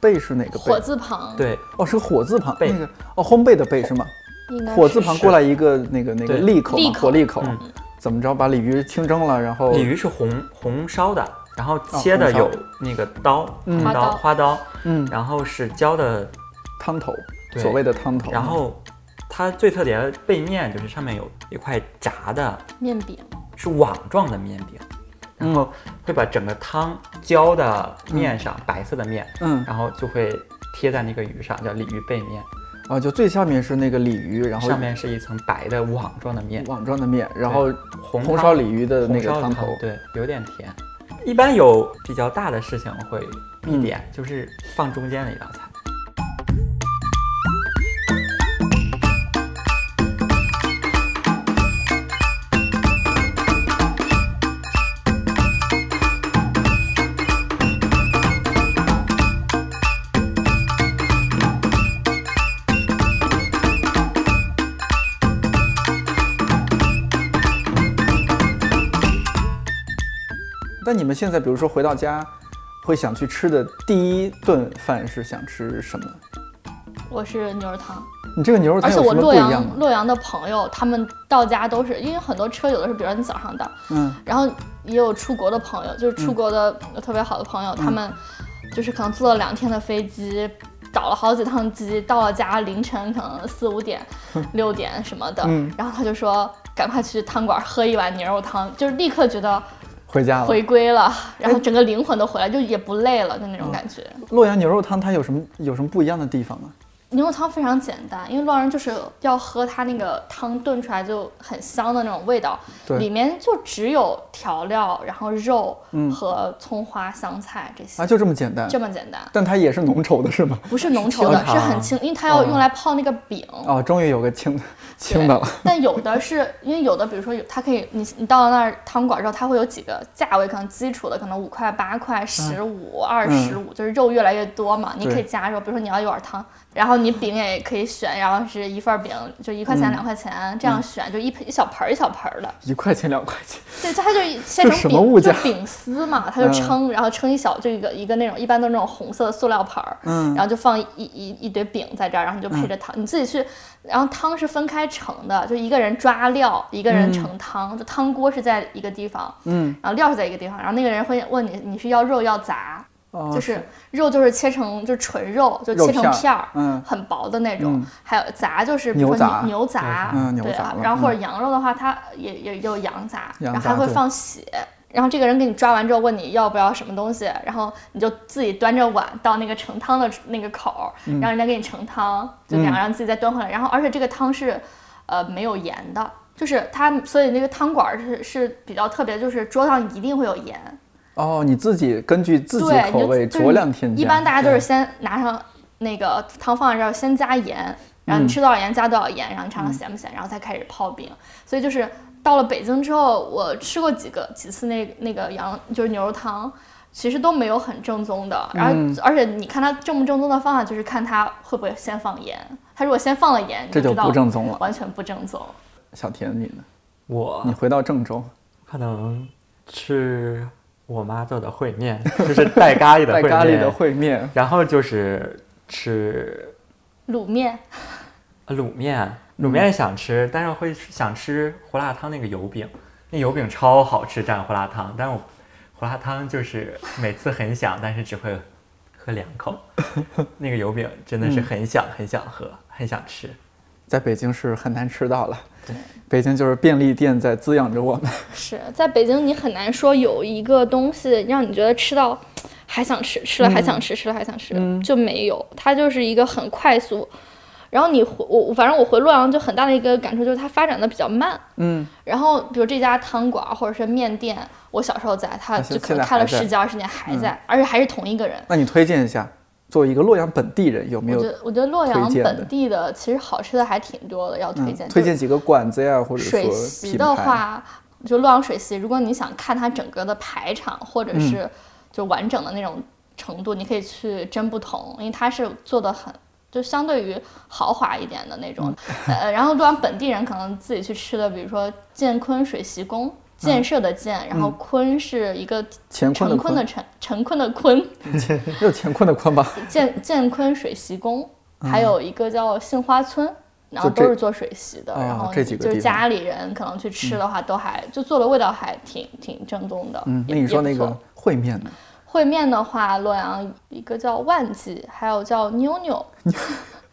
[SPEAKER 1] 贝是哪个
[SPEAKER 4] 火
[SPEAKER 1] 贝？
[SPEAKER 4] 字旁，，
[SPEAKER 3] 对
[SPEAKER 1] 哦，是个火字旁，
[SPEAKER 3] 贝
[SPEAKER 1] 那个哦，烘焙的焙是吗？
[SPEAKER 4] 应该
[SPEAKER 1] 火
[SPEAKER 4] 是
[SPEAKER 1] 字旁过来一个那个那个
[SPEAKER 3] 对
[SPEAKER 1] 利口
[SPEAKER 4] 利
[SPEAKER 1] 嘛，
[SPEAKER 4] 口
[SPEAKER 1] 火利口
[SPEAKER 3] 嗯，
[SPEAKER 1] 怎么着把鲤鱼清蒸了，然后
[SPEAKER 3] 鲤鱼是红红烧的，然后切的
[SPEAKER 1] 哦红烧
[SPEAKER 3] 有那个刀，
[SPEAKER 1] 嗯
[SPEAKER 3] 红
[SPEAKER 4] 花
[SPEAKER 3] 刀
[SPEAKER 4] 刀
[SPEAKER 3] 花刀，
[SPEAKER 1] 嗯
[SPEAKER 3] 然后是浇的，
[SPEAKER 1] 汤头，
[SPEAKER 3] 对
[SPEAKER 1] 所谓的汤头，
[SPEAKER 3] 然后它最特点的背面就是上面有一块炸的，
[SPEAKER 4] 面饼，
[SPEAKER 3] 是网状的面饼，然后
[SPEAKER 1] 嗯
[SPEAKER 3] 会把整个汤浇到面上，白色的面，
[SPEAKER 1] 嗯，
[SPEAKER 3] 然后就会贴在那个鱼上，叫鲤鱼背面，
[SPEAKER 1] 啊，就最下面是那个鲤鱼，然后
[SPEAKER 3] 上面是一层白的网状的面，
[SPEAKER 1] 网状的面，然后
[SPEAKER 3] 红
[SPEAKER 1] 红
[SPEAKER 3] 汤
[SPEAKER 1] 烧鲤鱼的那
[SPEAKER 3] 红
[SPEAKER 1] 个
[SPEAKER 3] 烧的
[SPEAKER 1] 汤
[SPEAKER 3] 汤
[SPEAKER 1] 头，
[SPEAKER 3] 对，有点甜。一般有比较大的事情会
[SPEAKER 1] 嗯
[SPEAKER 3] 必点，就是放中间的一道菜。
[SPEAKER 1] 那你们现在比如说回到家，会想去吃的第一顿饭是想吃什么？
[SPEAKER 4] 我是牛肉汤，
[SPEAKER 1] 你这个牛肉
[SPEAKER 4] 而
[SPEAKER 1] 汤
[SPEAKER 4] 且
[SPEAKER 1] 有
[SPEAKER 4] 我
[SPEAKER 1] 什么
[SPEAKER 4] 洛
[SPEAKER 1] 不一样吗
[SPEAKER 4] 阳？洛阳的朋友，他们到家都是因为很多车，有的是比如说你早上到，
[SPEAKER 1] 嗯，
[SPEAKER 4] 然后也有出国的朋友，就是出国的特别好的朋友，他们就是可能坐了两天的飞机，倒了好几趟机，到了家凌晨可能四五点、六点什么的，
[SPEAKER 1] 嗯
[SPEAKER 4] 然后他就说赶快去汤馆喝一碗牛肉汤，就是立刻觉得
[SPEAKER 1] 回家了。
[SPEAKER 4] 回归了，然后整个灵魂都回来，就也不累了，就那种感觉。
[SPEAKER 1] 洛阳牛肉汤它有什么有什么不一样的地方吗？
[SPEAKER 4] 牛肉汤非常简单，因为洛阳人就是要喝它那个汤炖出来就很香的那种味道，
[SPEAKER 1] 对
[SPEAKER 4] 里面就只有调料，然后肉
[SPEAKER 1] 嗯
[SPEAKER 4] 和葱花、香菜这些，
[SPEAKER 1] 啊，就这么简单。
[SPEAKER 4] 这么简单，
[SPEAKER 1] 但它也是浓稠的，是吗？
[SPEAKER 4] 不是浓稠的，
[SPEAKER 3] 清
[SPEAKER 4] 是
[SPEAKER 3] 汤
[SPEAKER 4] 很清，因为它要用来泡那个饼。
[SPEAKER 1] 啊，终于有个清
[SPEAKER 4] 对
[SPEAKER 1] 清的了。
[SPEAKER 4] 但有的是因为有的，比如说有，它可以你你到了那儿汤馆之后，它会有几个价位，可能基础的可能五块、
[SPEAKER 1] 嗯
[SPEAKER 4] 八块、十五、二十五，就是肉越来越多嘛，你可以加肉。比如说你要一碗汤，然后你饼也可以选，然后是一份饼就一块
[SPEAKER 1] 嗯
[SPEAKER 4] 钱两块钱这样选，就一盆一小盆儿一小盆儿的。
[SPEAKER 1] 一块钱两块钱，
[SPEAKER 4] 对，就它就切成
[SPEAKER 1] 这什么物
[SPEAKER 4] 饼，就
[SPEAKER 1] 价嗯
[SPEAKER 4] 饼丝嘛，它就称，然后称一小就一个一个那种一般都是那种红色的塑料盘儿，
[SPEAKER 1] 嗯
[SPEAKER 4] 然后就放一一一堆饼在这儿，然后你就配着汤，你自己去，然后汤是分开盛的，就一个人抓料，一个人盛汤，就汤锅是在一个地方，
[SPEAKER 1] 嗯，
[SPEAKER 4] 然后料是在一个地方，然后那个人会问你你是要肉要杂，
[SPEAKER 1] 哦
[SPEAKER 4] 就是肉就是切成就是纯肉，就
[SPEAKER 1] 肉
[SPEAKER 4] 切成
[SPEAKER 1] 片儿
[SPEAKER 4] 片儿，
[SPEAKER 1] 嗯
[SPEAKER 4] 很薄的那种
[SPEAKER 1] 嗯，
[SPEAKER 4] 还有杂就是比
[SPEAKER 1] 牛
[SPEAKER 4] 如说
[SPEAKER 1] 杂
[SPEAKER 4] 牛牛杂，
[SPEAKER 1] 嗯牛
[SPEAKER 4] 对
[SPEAKER 1] 杂
[SPEAKER 4] 啊
[SPEAKER 1] 了，
[SPEAKER 4] 然后或者
[SPEAKER 1] 嗯
[SPEAKER 4] 羊肉的话，它也也有羊杂，
[SPEAKER 1] 羊
[SPEAKER 4] 然后
[SPEAKER 1] 杂
[SPEAKER 4] 还会
[SPEAKER 1] 对
[SPEAKER 4] 放血。然后这个人给你抓完之后，问你要不要什么东西，然后你就自己端着碗到那个盛汤的那个口儿，让人家给你盛汤，就那
[SPEAKER 1] 嗯
[SPEAKER 4] 样，然后自己再端回来。然后而且这个汤是，呃，没有盐的，就是它，所以那个汤馆儿是是比较特别，就是桌上一定会有盐，
[SPEAKER 1] 哦，你自己根据自己
[SPEAKER 4] 对，你
[SPEAKER 1] 口
[SPEAKER 4] 就
[SPEAKER 1] 味
[SPEAKER 4] 就是
[SPEAKER 1] 酌量添加。
[SPEAKER 4] 一般大家都是
[SPEAKER 1] 对
[SPEAKER 4] 先拿上那个汤放在这儿，先加盐，
[SPEAKER 1] 嗯
[SPEAKER 4] 然后你吃多少盐加多少盐，然后你尝尝咸不咸，然后再开始泡饼。所以就是到了北京之后，我吃过几个几次那那个羊就是牛肉汤。其实都没有很正宗的，然后、
[SPEAKER 1] 嗯
[SPEAKER 4] 而且你看它正不正宗的方法，就是看它会不会先放盐。它如果先放了盐，你
[SPEAKER 1] 这就
[SPEAKER 4] 知道
[SPEAKER 1] 不正宗了
[SPEAKER 4] 完全不正宗。
[SPEAKER 1] 小甜你呢？
[SPEAKER 3] 我
[SPEAKER 1] 你回到郑州，
[SPEAKER 3] 可能吃我妈做的烩面，就是带咖喱的
[SPEAKER 1] 带
[SPEAKER 3] 烩面，
[SPEAKER 1] 咖喱的烩面，
[SPEAKER 3] 然后就是吃
[SPEAKER 4] 卤面，
[SPEAKER 3] 呃卤面，卤面想吃，但是会想吃胡辣汤那个油饼，那油饼超好吃，蘸胡辣汤，但是我胡辣汤就是每次很想，但是只会喝两 口，那个油饼真的是很想很想喝，很想吃。
[SPEAKER 1] 在北京是很难吃到了。对，北京就是便利店在滋养着我们。
[SPEAKER 4] 是在北京，你很难说有一个东西让你觉得吃到还想吃，吃了还
[SPEAKER 1] 嗯
[SPEAKER 4] 想吃，吃了还想吃，就没有。它就是一个很快速。然后你回我，我反正我回洛阳就很大的一个感触就是它发展的比较慢。
[SPEAKER 1] 嗯，
[SPEAKER 4] 然后比如这家汤馆儿或者是面店，我小时候在，它
[SPEAKER 1] 现
[SPEAKER 4] 就可
[SPEAKER 1] 现在
[SPEAKER 4] 能开了
[SPEAKER 1] 还在嗯
[SPEAKER 4] 十几二十年还在，而且还是同一个人。
[SPEAKER 1] 那你推荐一下，作为一个洛阳本地人，有没
[SPEAKER 4] 我
[SPEAKER 1] 有
[SPEAKER 4] 觉得我觉得洛
[SPEAKER 1] 推
[SPEAKER 4] 阳
[SPEAKER 1] 荐的
[SPEAKER 4] 本地的其实好吃的还挺多的，要推
[SPEAKER 1] 嗯
[SPEAKER 4] 荐、
[SPEAKER 1] 推
[SPEAKER 4] 就
[SPEAKER 1] 荐几个馆子呀，或者说
[SPEAKER 4] 水席
[SPEAKER 1] 品
[SPEAKER 4] 的
[SPEAKER 1] 牌？
[SPEAKER 4] 话，就洛阳水席，如果你想看它整个的排场或
[SPEAKER 1] 嗯
[SPEAKER 4] 者是就完整的那种程度，你可以去真不同，因为它是做的很。就相对于豪华一点的那种，
[SPEAKER 1] 嗯
[SPEAKER 4] 呃，然后洛阳本地人可能自己去吃的，比如说建坤水席宫，建设的建，然后坤是一个
[SPEAKER 1] 嗯乾坤的
[SPEAKER 4] 陈坤的陈，陈坤的坤，
[SPEAKER 1] 又乾坤的 坤吧？
[SPEAKER 4] 建建坤水席宫，还有一个叫杏花村，然后
[SPEAKER 1] 就这
[SPEAKER 4] 都是做水席的。
[SPEAKER 1] 哦
[SPEAKER 4] 然后
[SPEAKER 1] 这几个
[SPEAKER 4] 就
[SPEAKER 1] 地
[SPEAKER 4] 是
[SPEAKER 1] 方
[SPEAKER 4] 家里人可能去吃的话，都还就做的味道还挺挺正宗的。
[SPEAKER 1] 嗯，
[SPEAKER 4] 也
[SPEAKER 1] 那你说
[SPEAKER 4] 也不
[SPEAKER 1] 那个
[SPEAKER 4] 错
[SPEAKER 1] 烩面呢？
[SPEAKER 4] 烩面的话，洛阳一个叫万记，还有叫妞妞，
[SPEAKER 1] 嗯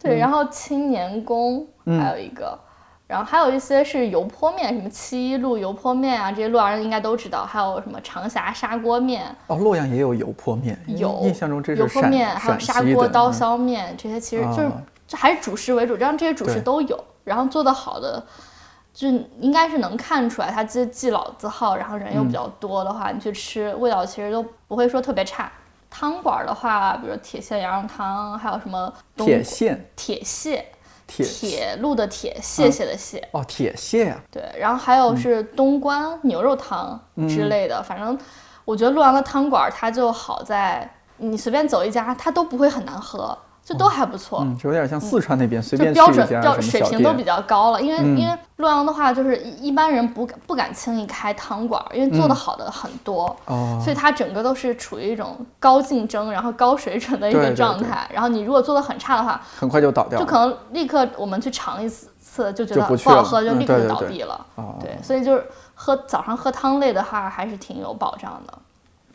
[SPEAKER 4] 对，然后青年宫还有一个。然后还有一些是油泼面，什么七一路油泼面啊，这些洛阳人应该都知道。还有什么长峡砂锅面，
[SPEAKER 1] 哦，洛阳也有油泼面，因为
[SPEAKER 4] 有
[SPEAKER 1] 嗯印象中这
[SPEAKER 4] 油
[SPEAKER 1] 是
[SPEAKER 4] 泼
[SPEAKER 1] 陕
[SPEAKER 4] 面，还有
[SPEAKER 1] 陕
[SPEAKER 4] 砂
[SPEAKER 1] 西
[SPEAKER 4] 锅
[SPEAKER 1] 的
[SPEAKER 4] 刀
[SPEAKER 1] 嗯
[SPEAKER 4] 削面，这些其实就是、
[SPEAKER 1] 啊
[SPEAKER 4] 这还是主食为主，这样这些主食
[SPEAKER 1] 对
[SPEAKER 4] 都有，然后做的好的。就应该是能看出来，它既既老字号，然后人
[SPEAKER 1] 嗯
[SPEAKER 4] 又比较多的话，你去吃味道其实都不会说特别差。汤馆儿的话，比如铁线羊肉汤，还有什么东
[SPEAKER 1] 铁线
[SPEAKER 4] 铁蟹，
[SPEAKER 1] 铁
[SPEAKER 4] 铁路的铁，谢谢的谢，
[SPEAKER 1] 哦铁蟹呀、
[SPEAKER 4] 对，然后还
[SPEAKER 1] 嗯
[SPEAKER 4] 有是东关牛肉汤之类的，反正我觉得洛阳的汤馆儿它就好在你随便走一家，它都不会很难喝，就都还不错。
[SPEAKER 1] 嗯，就有点像四川那边、随
[SPEAKER 4] 就
[SPEAKER 1] 便去
[SPEAKER 4] 标
[SPEAKER 1] 一
[SPEAKER 4] 准
[SPEAKER 1] 家什
[SPEAKER 4] 标
[SPEAKER 1] 么
[SPEAKER 4] 水
[SPEAKER 1] 小
[SPEAKER 4] 平都比
[SPEAKER 1] 店，嗯
[SPEAKER 4] 较高了，因为、因为洛阳的话，就是一一般人不敢不敢轻易开汤馆儿，因为做的好的很多，
[SPEAKER 1] 嗯哦
[SPEAKER 4] 所以它整个都是处于一种高竞争，然后高水准的一
[SPEAKER 1] 对
[SPEAKER 4] 个
[SPEAKER 1] 对
[SPEAKER 4] 状
[SPEAKER 1] 对
[SPEAKER 4] 态。然后你如果做的很差的话，
[SPEAKER 1] 很快就倒掉
[SPEAKER 4] 就
[SPEAKER 1] 了。
[SPEAKER 4] 可能立刻我们去尝一次次就觉
[SPEAKER 1] 就
[SPEAKER 4] 得
[SPEAKER 1] 不
[SPEAKER 4] 不
[SPEAKER 1] 去
[SPEAKER 4] 好
[SPEAKER 1] 了
[SPEAKER 4] 喝，就
[SPEAKER 1] 嗯
[SPEAKER 4] 立刻
[SPEAKER 1] 对对
[SPEAKER 4] 就倒
[SPEAKER 1] 对
[SPEAKER 4] 闭了。
[SPEAKER 1] 哦
[SPEAKER 4] 所以就是喝早上喝汤类的话，还是挺有保障的。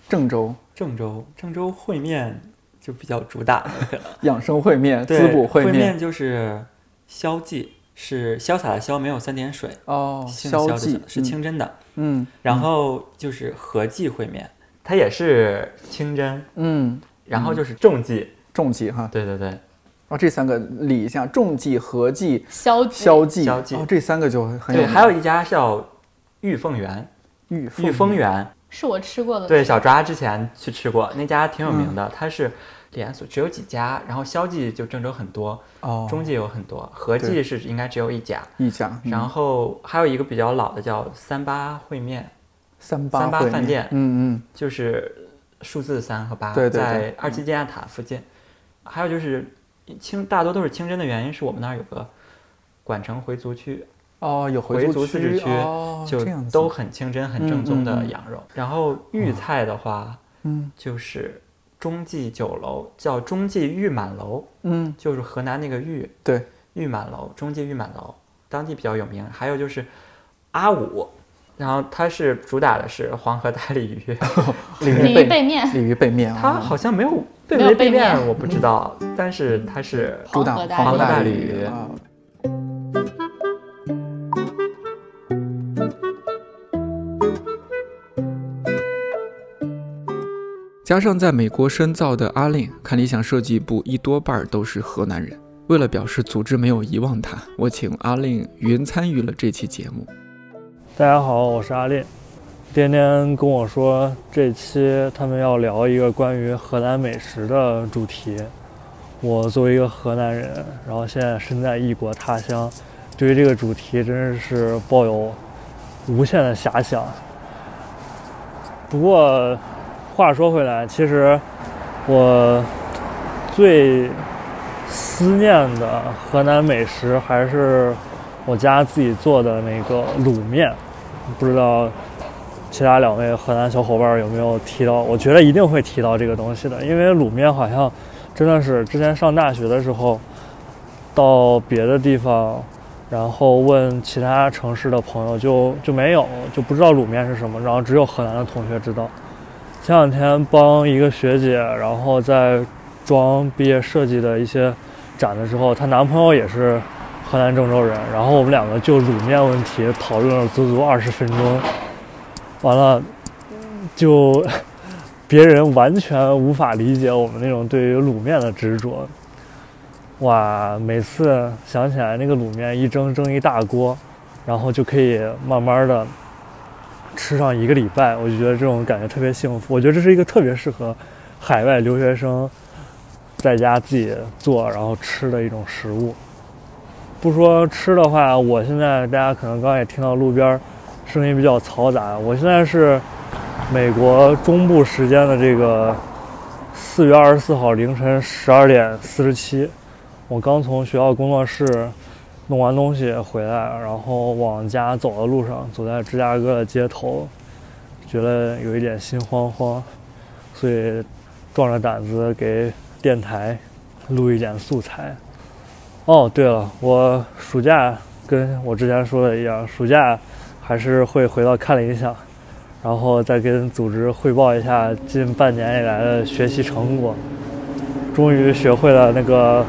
[SPEAKER 1] 郑州
[SPEAKER 3] 郑州郑州烩面就比较主打那个，
[SPEAKER 1] 养生烩面、滋
[SPEAKER 3] 对
[SPEAKER 1] 补烩
[SPEAKER 3] 烩
[SPEAKER 1] 面，
[SPEAKER 3] 就是消记，是潇洒的潇，没有三点水，
[SPEAKER 1] 哦，
[SPEAKER 3] 姓
[SPEAKER 1] 消
[SPEAKER 3] 的
[SPEAKER 1] 记
[SPEAKER 3] 是清真的。
[SPEAKER 1] 嗯
[SPEAKER 3] 然后就是合记烩面，它也是清真，
[SPEAKER 1] 嗯，
[SPEAKER 3] 然后就是重记，
[SPEAKER 1] 重记哈，
[SPEAKER 3] 对对对，
[SPEAKER 1] 哦，这三个理一下，重记、合记、
[SPEAKER 4] 消极
[SPEAKER 1] 消记，
[SPEAKER 3] 消记
[SPEAKER 1] 哦，这三个就很有
[SPEAKER 3] 对，
[SPEAKER 1] 名。
[SPEAKER 3] 还有一家叫玉凤园，
[SPEAKER 1] 玉
[SPEAKER 3] 玉凤园，
[SPEAKER 4] 是我吃
[SPEAKER 1] 嗯
[SPEAKER 4] 过的，
[SPEAKER 3] 对，小抓之前去吃过，那家挺有名的，它是连锁，只有几家，然后肖记就郑州很多，
[SPEAKER 1] 哦，
[SPEAKER 3] 中记有很多，合记
[SPEAKER 1] 对
[SPEAKER 3] 是应该只有一家，
[SPEAKER 1] 一家，嗯
[SPEAKER 3] 然后还有一个比较老的叫三八烩面，
[SPEAKER 1] 三八
[SPEAKER 3] 三八
[SPEAKER 1] 烩
[SPEAKER 3] 饭
[SPEAKER 1] 面
[SPEAKER 3] 店
[SPEAKER 1] 嗯嗯，
[SPEAKER 3] 就是数字三和八，
[SPEAKER 1] 对对对嗯
[SPEAKER 3] 在二七建亚塔附近。还有就是清大多都是清真的原因，是我们那儿有个管城回族区，
[SPEAKER 8] 哦，有
[SPEAKER 3] 回
[SPEAKER 8] 族
[SPEAKER 3] 自治区
[SPEAKER 8] 哦，
[SPEAKER 3] 就
[SPEAKER 8] 这样子
[SPEAKER 3] 都很清真、很正宗的
[SPEAKER 8] 嗯嗯嗯
[SPEAKER 3] 羊肉。然后豫菜的话，
[SPEAKER 8] 嗯
[SPEAKER 3] 就是中记酒楼，叫中记豫满楼，
[SPEAKER 8] 嗯，
[SPEAKER 3] 就是河南那个豫
[SPEAKER 8] 对，
[SPEAKER 3] 豫满楼，中记豫满楼，当地比较有名。还有就是阿五，然后它是主打的是黄河大鲤鱼，
[SPEAKER 8] 鲤
[SPEAKER 4] 鲤
[SPEAKER 8] 鱼
[SPEAKER 4] 鱼
[SPEAKER 8] 背
[SPEAKER 4] 背面，
[SPEAKER 8] 鲤鱼背面啊，
[SPEAKER 3] 它
[SPEAKER 1] 嗯
[SPEAKER 3] 好像没有对
[SPEAKER 4] 没
[SPEAKER 3] 不对
[SPEAKER 4] 有
[SPEAKER 3] 背
[SPEAKER 4] 背面
[SPEAKER 3] 面我不知道，
[SPEAKER 8] 嗯
[SPEAKER 3] 但是它是
[SPEAKER 8] 主
[SPEAKER 4] 黄
[SPEAKER 8] 打
[SPEAKER 4] 河
[SPEAKER 8] 黄
[SPEAKER 4] 大
[SPEAKER 8] 河大
[SPEAKER 4] 鲤
[SPEAKER 3] 鲤
[SPEAKER 8] 鱼
[SPEAKER 3] 鱼
[SPEAKER 8] 啊。
[SPEAKER 1] 加上在美国深造的阿令，看理想设计部一多半儿都是河南人。为了表示组织没有遗忘他，我请阿令云参与了这期节目。
[SPEAKER 7] 大家好，我是阿烈。颠颠跟我说，这期他们要聊一个关于河南美食的主题。我作为一个河南人，然后现在身在异国他乡，对于这个主题真是抱有无限的遐想。不过话说回来，其实我最思念的河南美食还是我家自己做的那个卤面，不知道其他两位河南小伙伴有没有提到？我觉得一定会提到这个东西的，因为卤面好像真的是之前上大学的时候，到别的地方，然后问其他城市的朋友就就没有，就不知道卤面是什么，然后只有河南的同学知道。前两天帮一个学姐，然后在装毕业设计的一些展的时候，她男朋友也是河南郑州人，然后我们两个就卤面问题讨论了足足二十分钟，完了就 别人完全无法理解我们那种对于卤面的执着。哇，每次想起来那个卤面一蒸蒸一大锅，然后就可以慢慢的吃上一个礼拜，我就觉得这种感觉特别幸福。我觉得这是一个特别适合海外留学生在家自己做然后吃的一种食物。不说吃的话，我现在大家可能刚刚也听到路边儿声音比较嘈杂。我现在是美国中部时间的这个四月二十四号凌晨十二点四十七，我刚从学校工作室弄完东西回来，然后往家走的路上，走在芝加哥的街头，觉得有一点心慌慌，所以壮着胆子给电台录一点素材。哦，对了，我暑假跟我之前说的一样，暑假还是会回到看理想，然后再跟组织汇报一下近半年以来的学习成果。终于学会了那个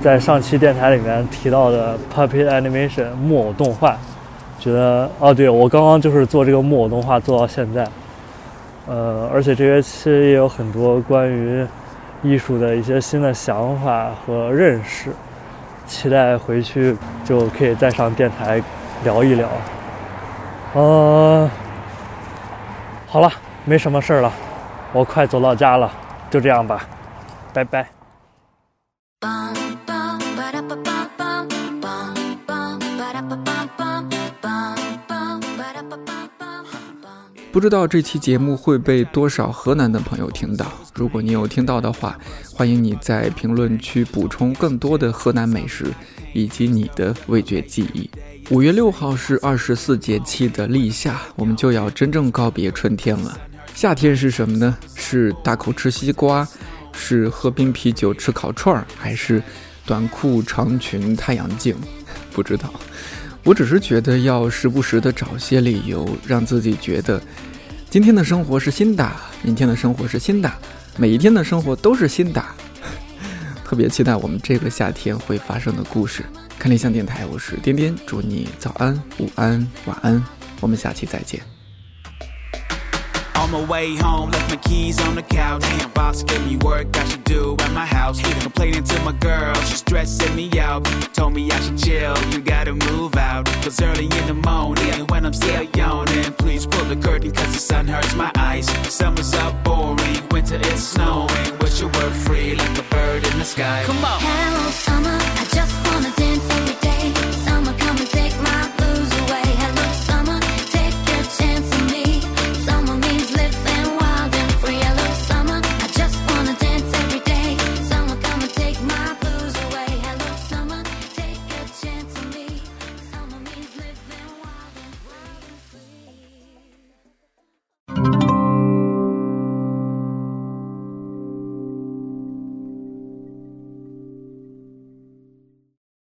[SPEAKER 7] 在上期电台里面提到的 puppet animation 木偶动画，觉得哦，对我刚刚就是做这个木偶动画做到现在。呃，而且这学期也有很多关于艺术的一些新的想法和认识。期待回去就可以再上电台聊一聊。呃，好了，没什么事儿了，我快走到家了，就这样吧，拜拜。
[SPEAKER 9] Bum bum ba bum bum bum bum ba bum bum bum bum bum bum.
[SPEAKER 1] 不知道这期节目会被多少河南的朋友听到。如果你有听到的话，欢迎你在评论区补充更多的河南美食以及你的味觉记忆。五月六号是二十四节气的立夏，我们就要真正告别春天了。夏天是什么呢？是大口吃西瓜，是喝冰啤酒吃烤串儿，还是短裤长裙太阳镜？不知道。我只是觉得要时不时的找些理由，让自己觉得今天的生活是新的，明天的生活是新的，每一天的生活都是新的。 特别期待我们这个夏天会发生的故事。看理想电台，我是颠颠，祝你早安、午安、晚安，我们下期再见。
[SPEAKER 10] On my way home, left my keys on the couch. Damn, boss gave me work I should do at my house. Complaining to my girl, she's stressing me out. Told me I should chill, you gotta move out. Cause early in the morning, when I'm still yawning, please pull the curtain cause the sun hurts my eyes. Summer's up boring, winter is snowing.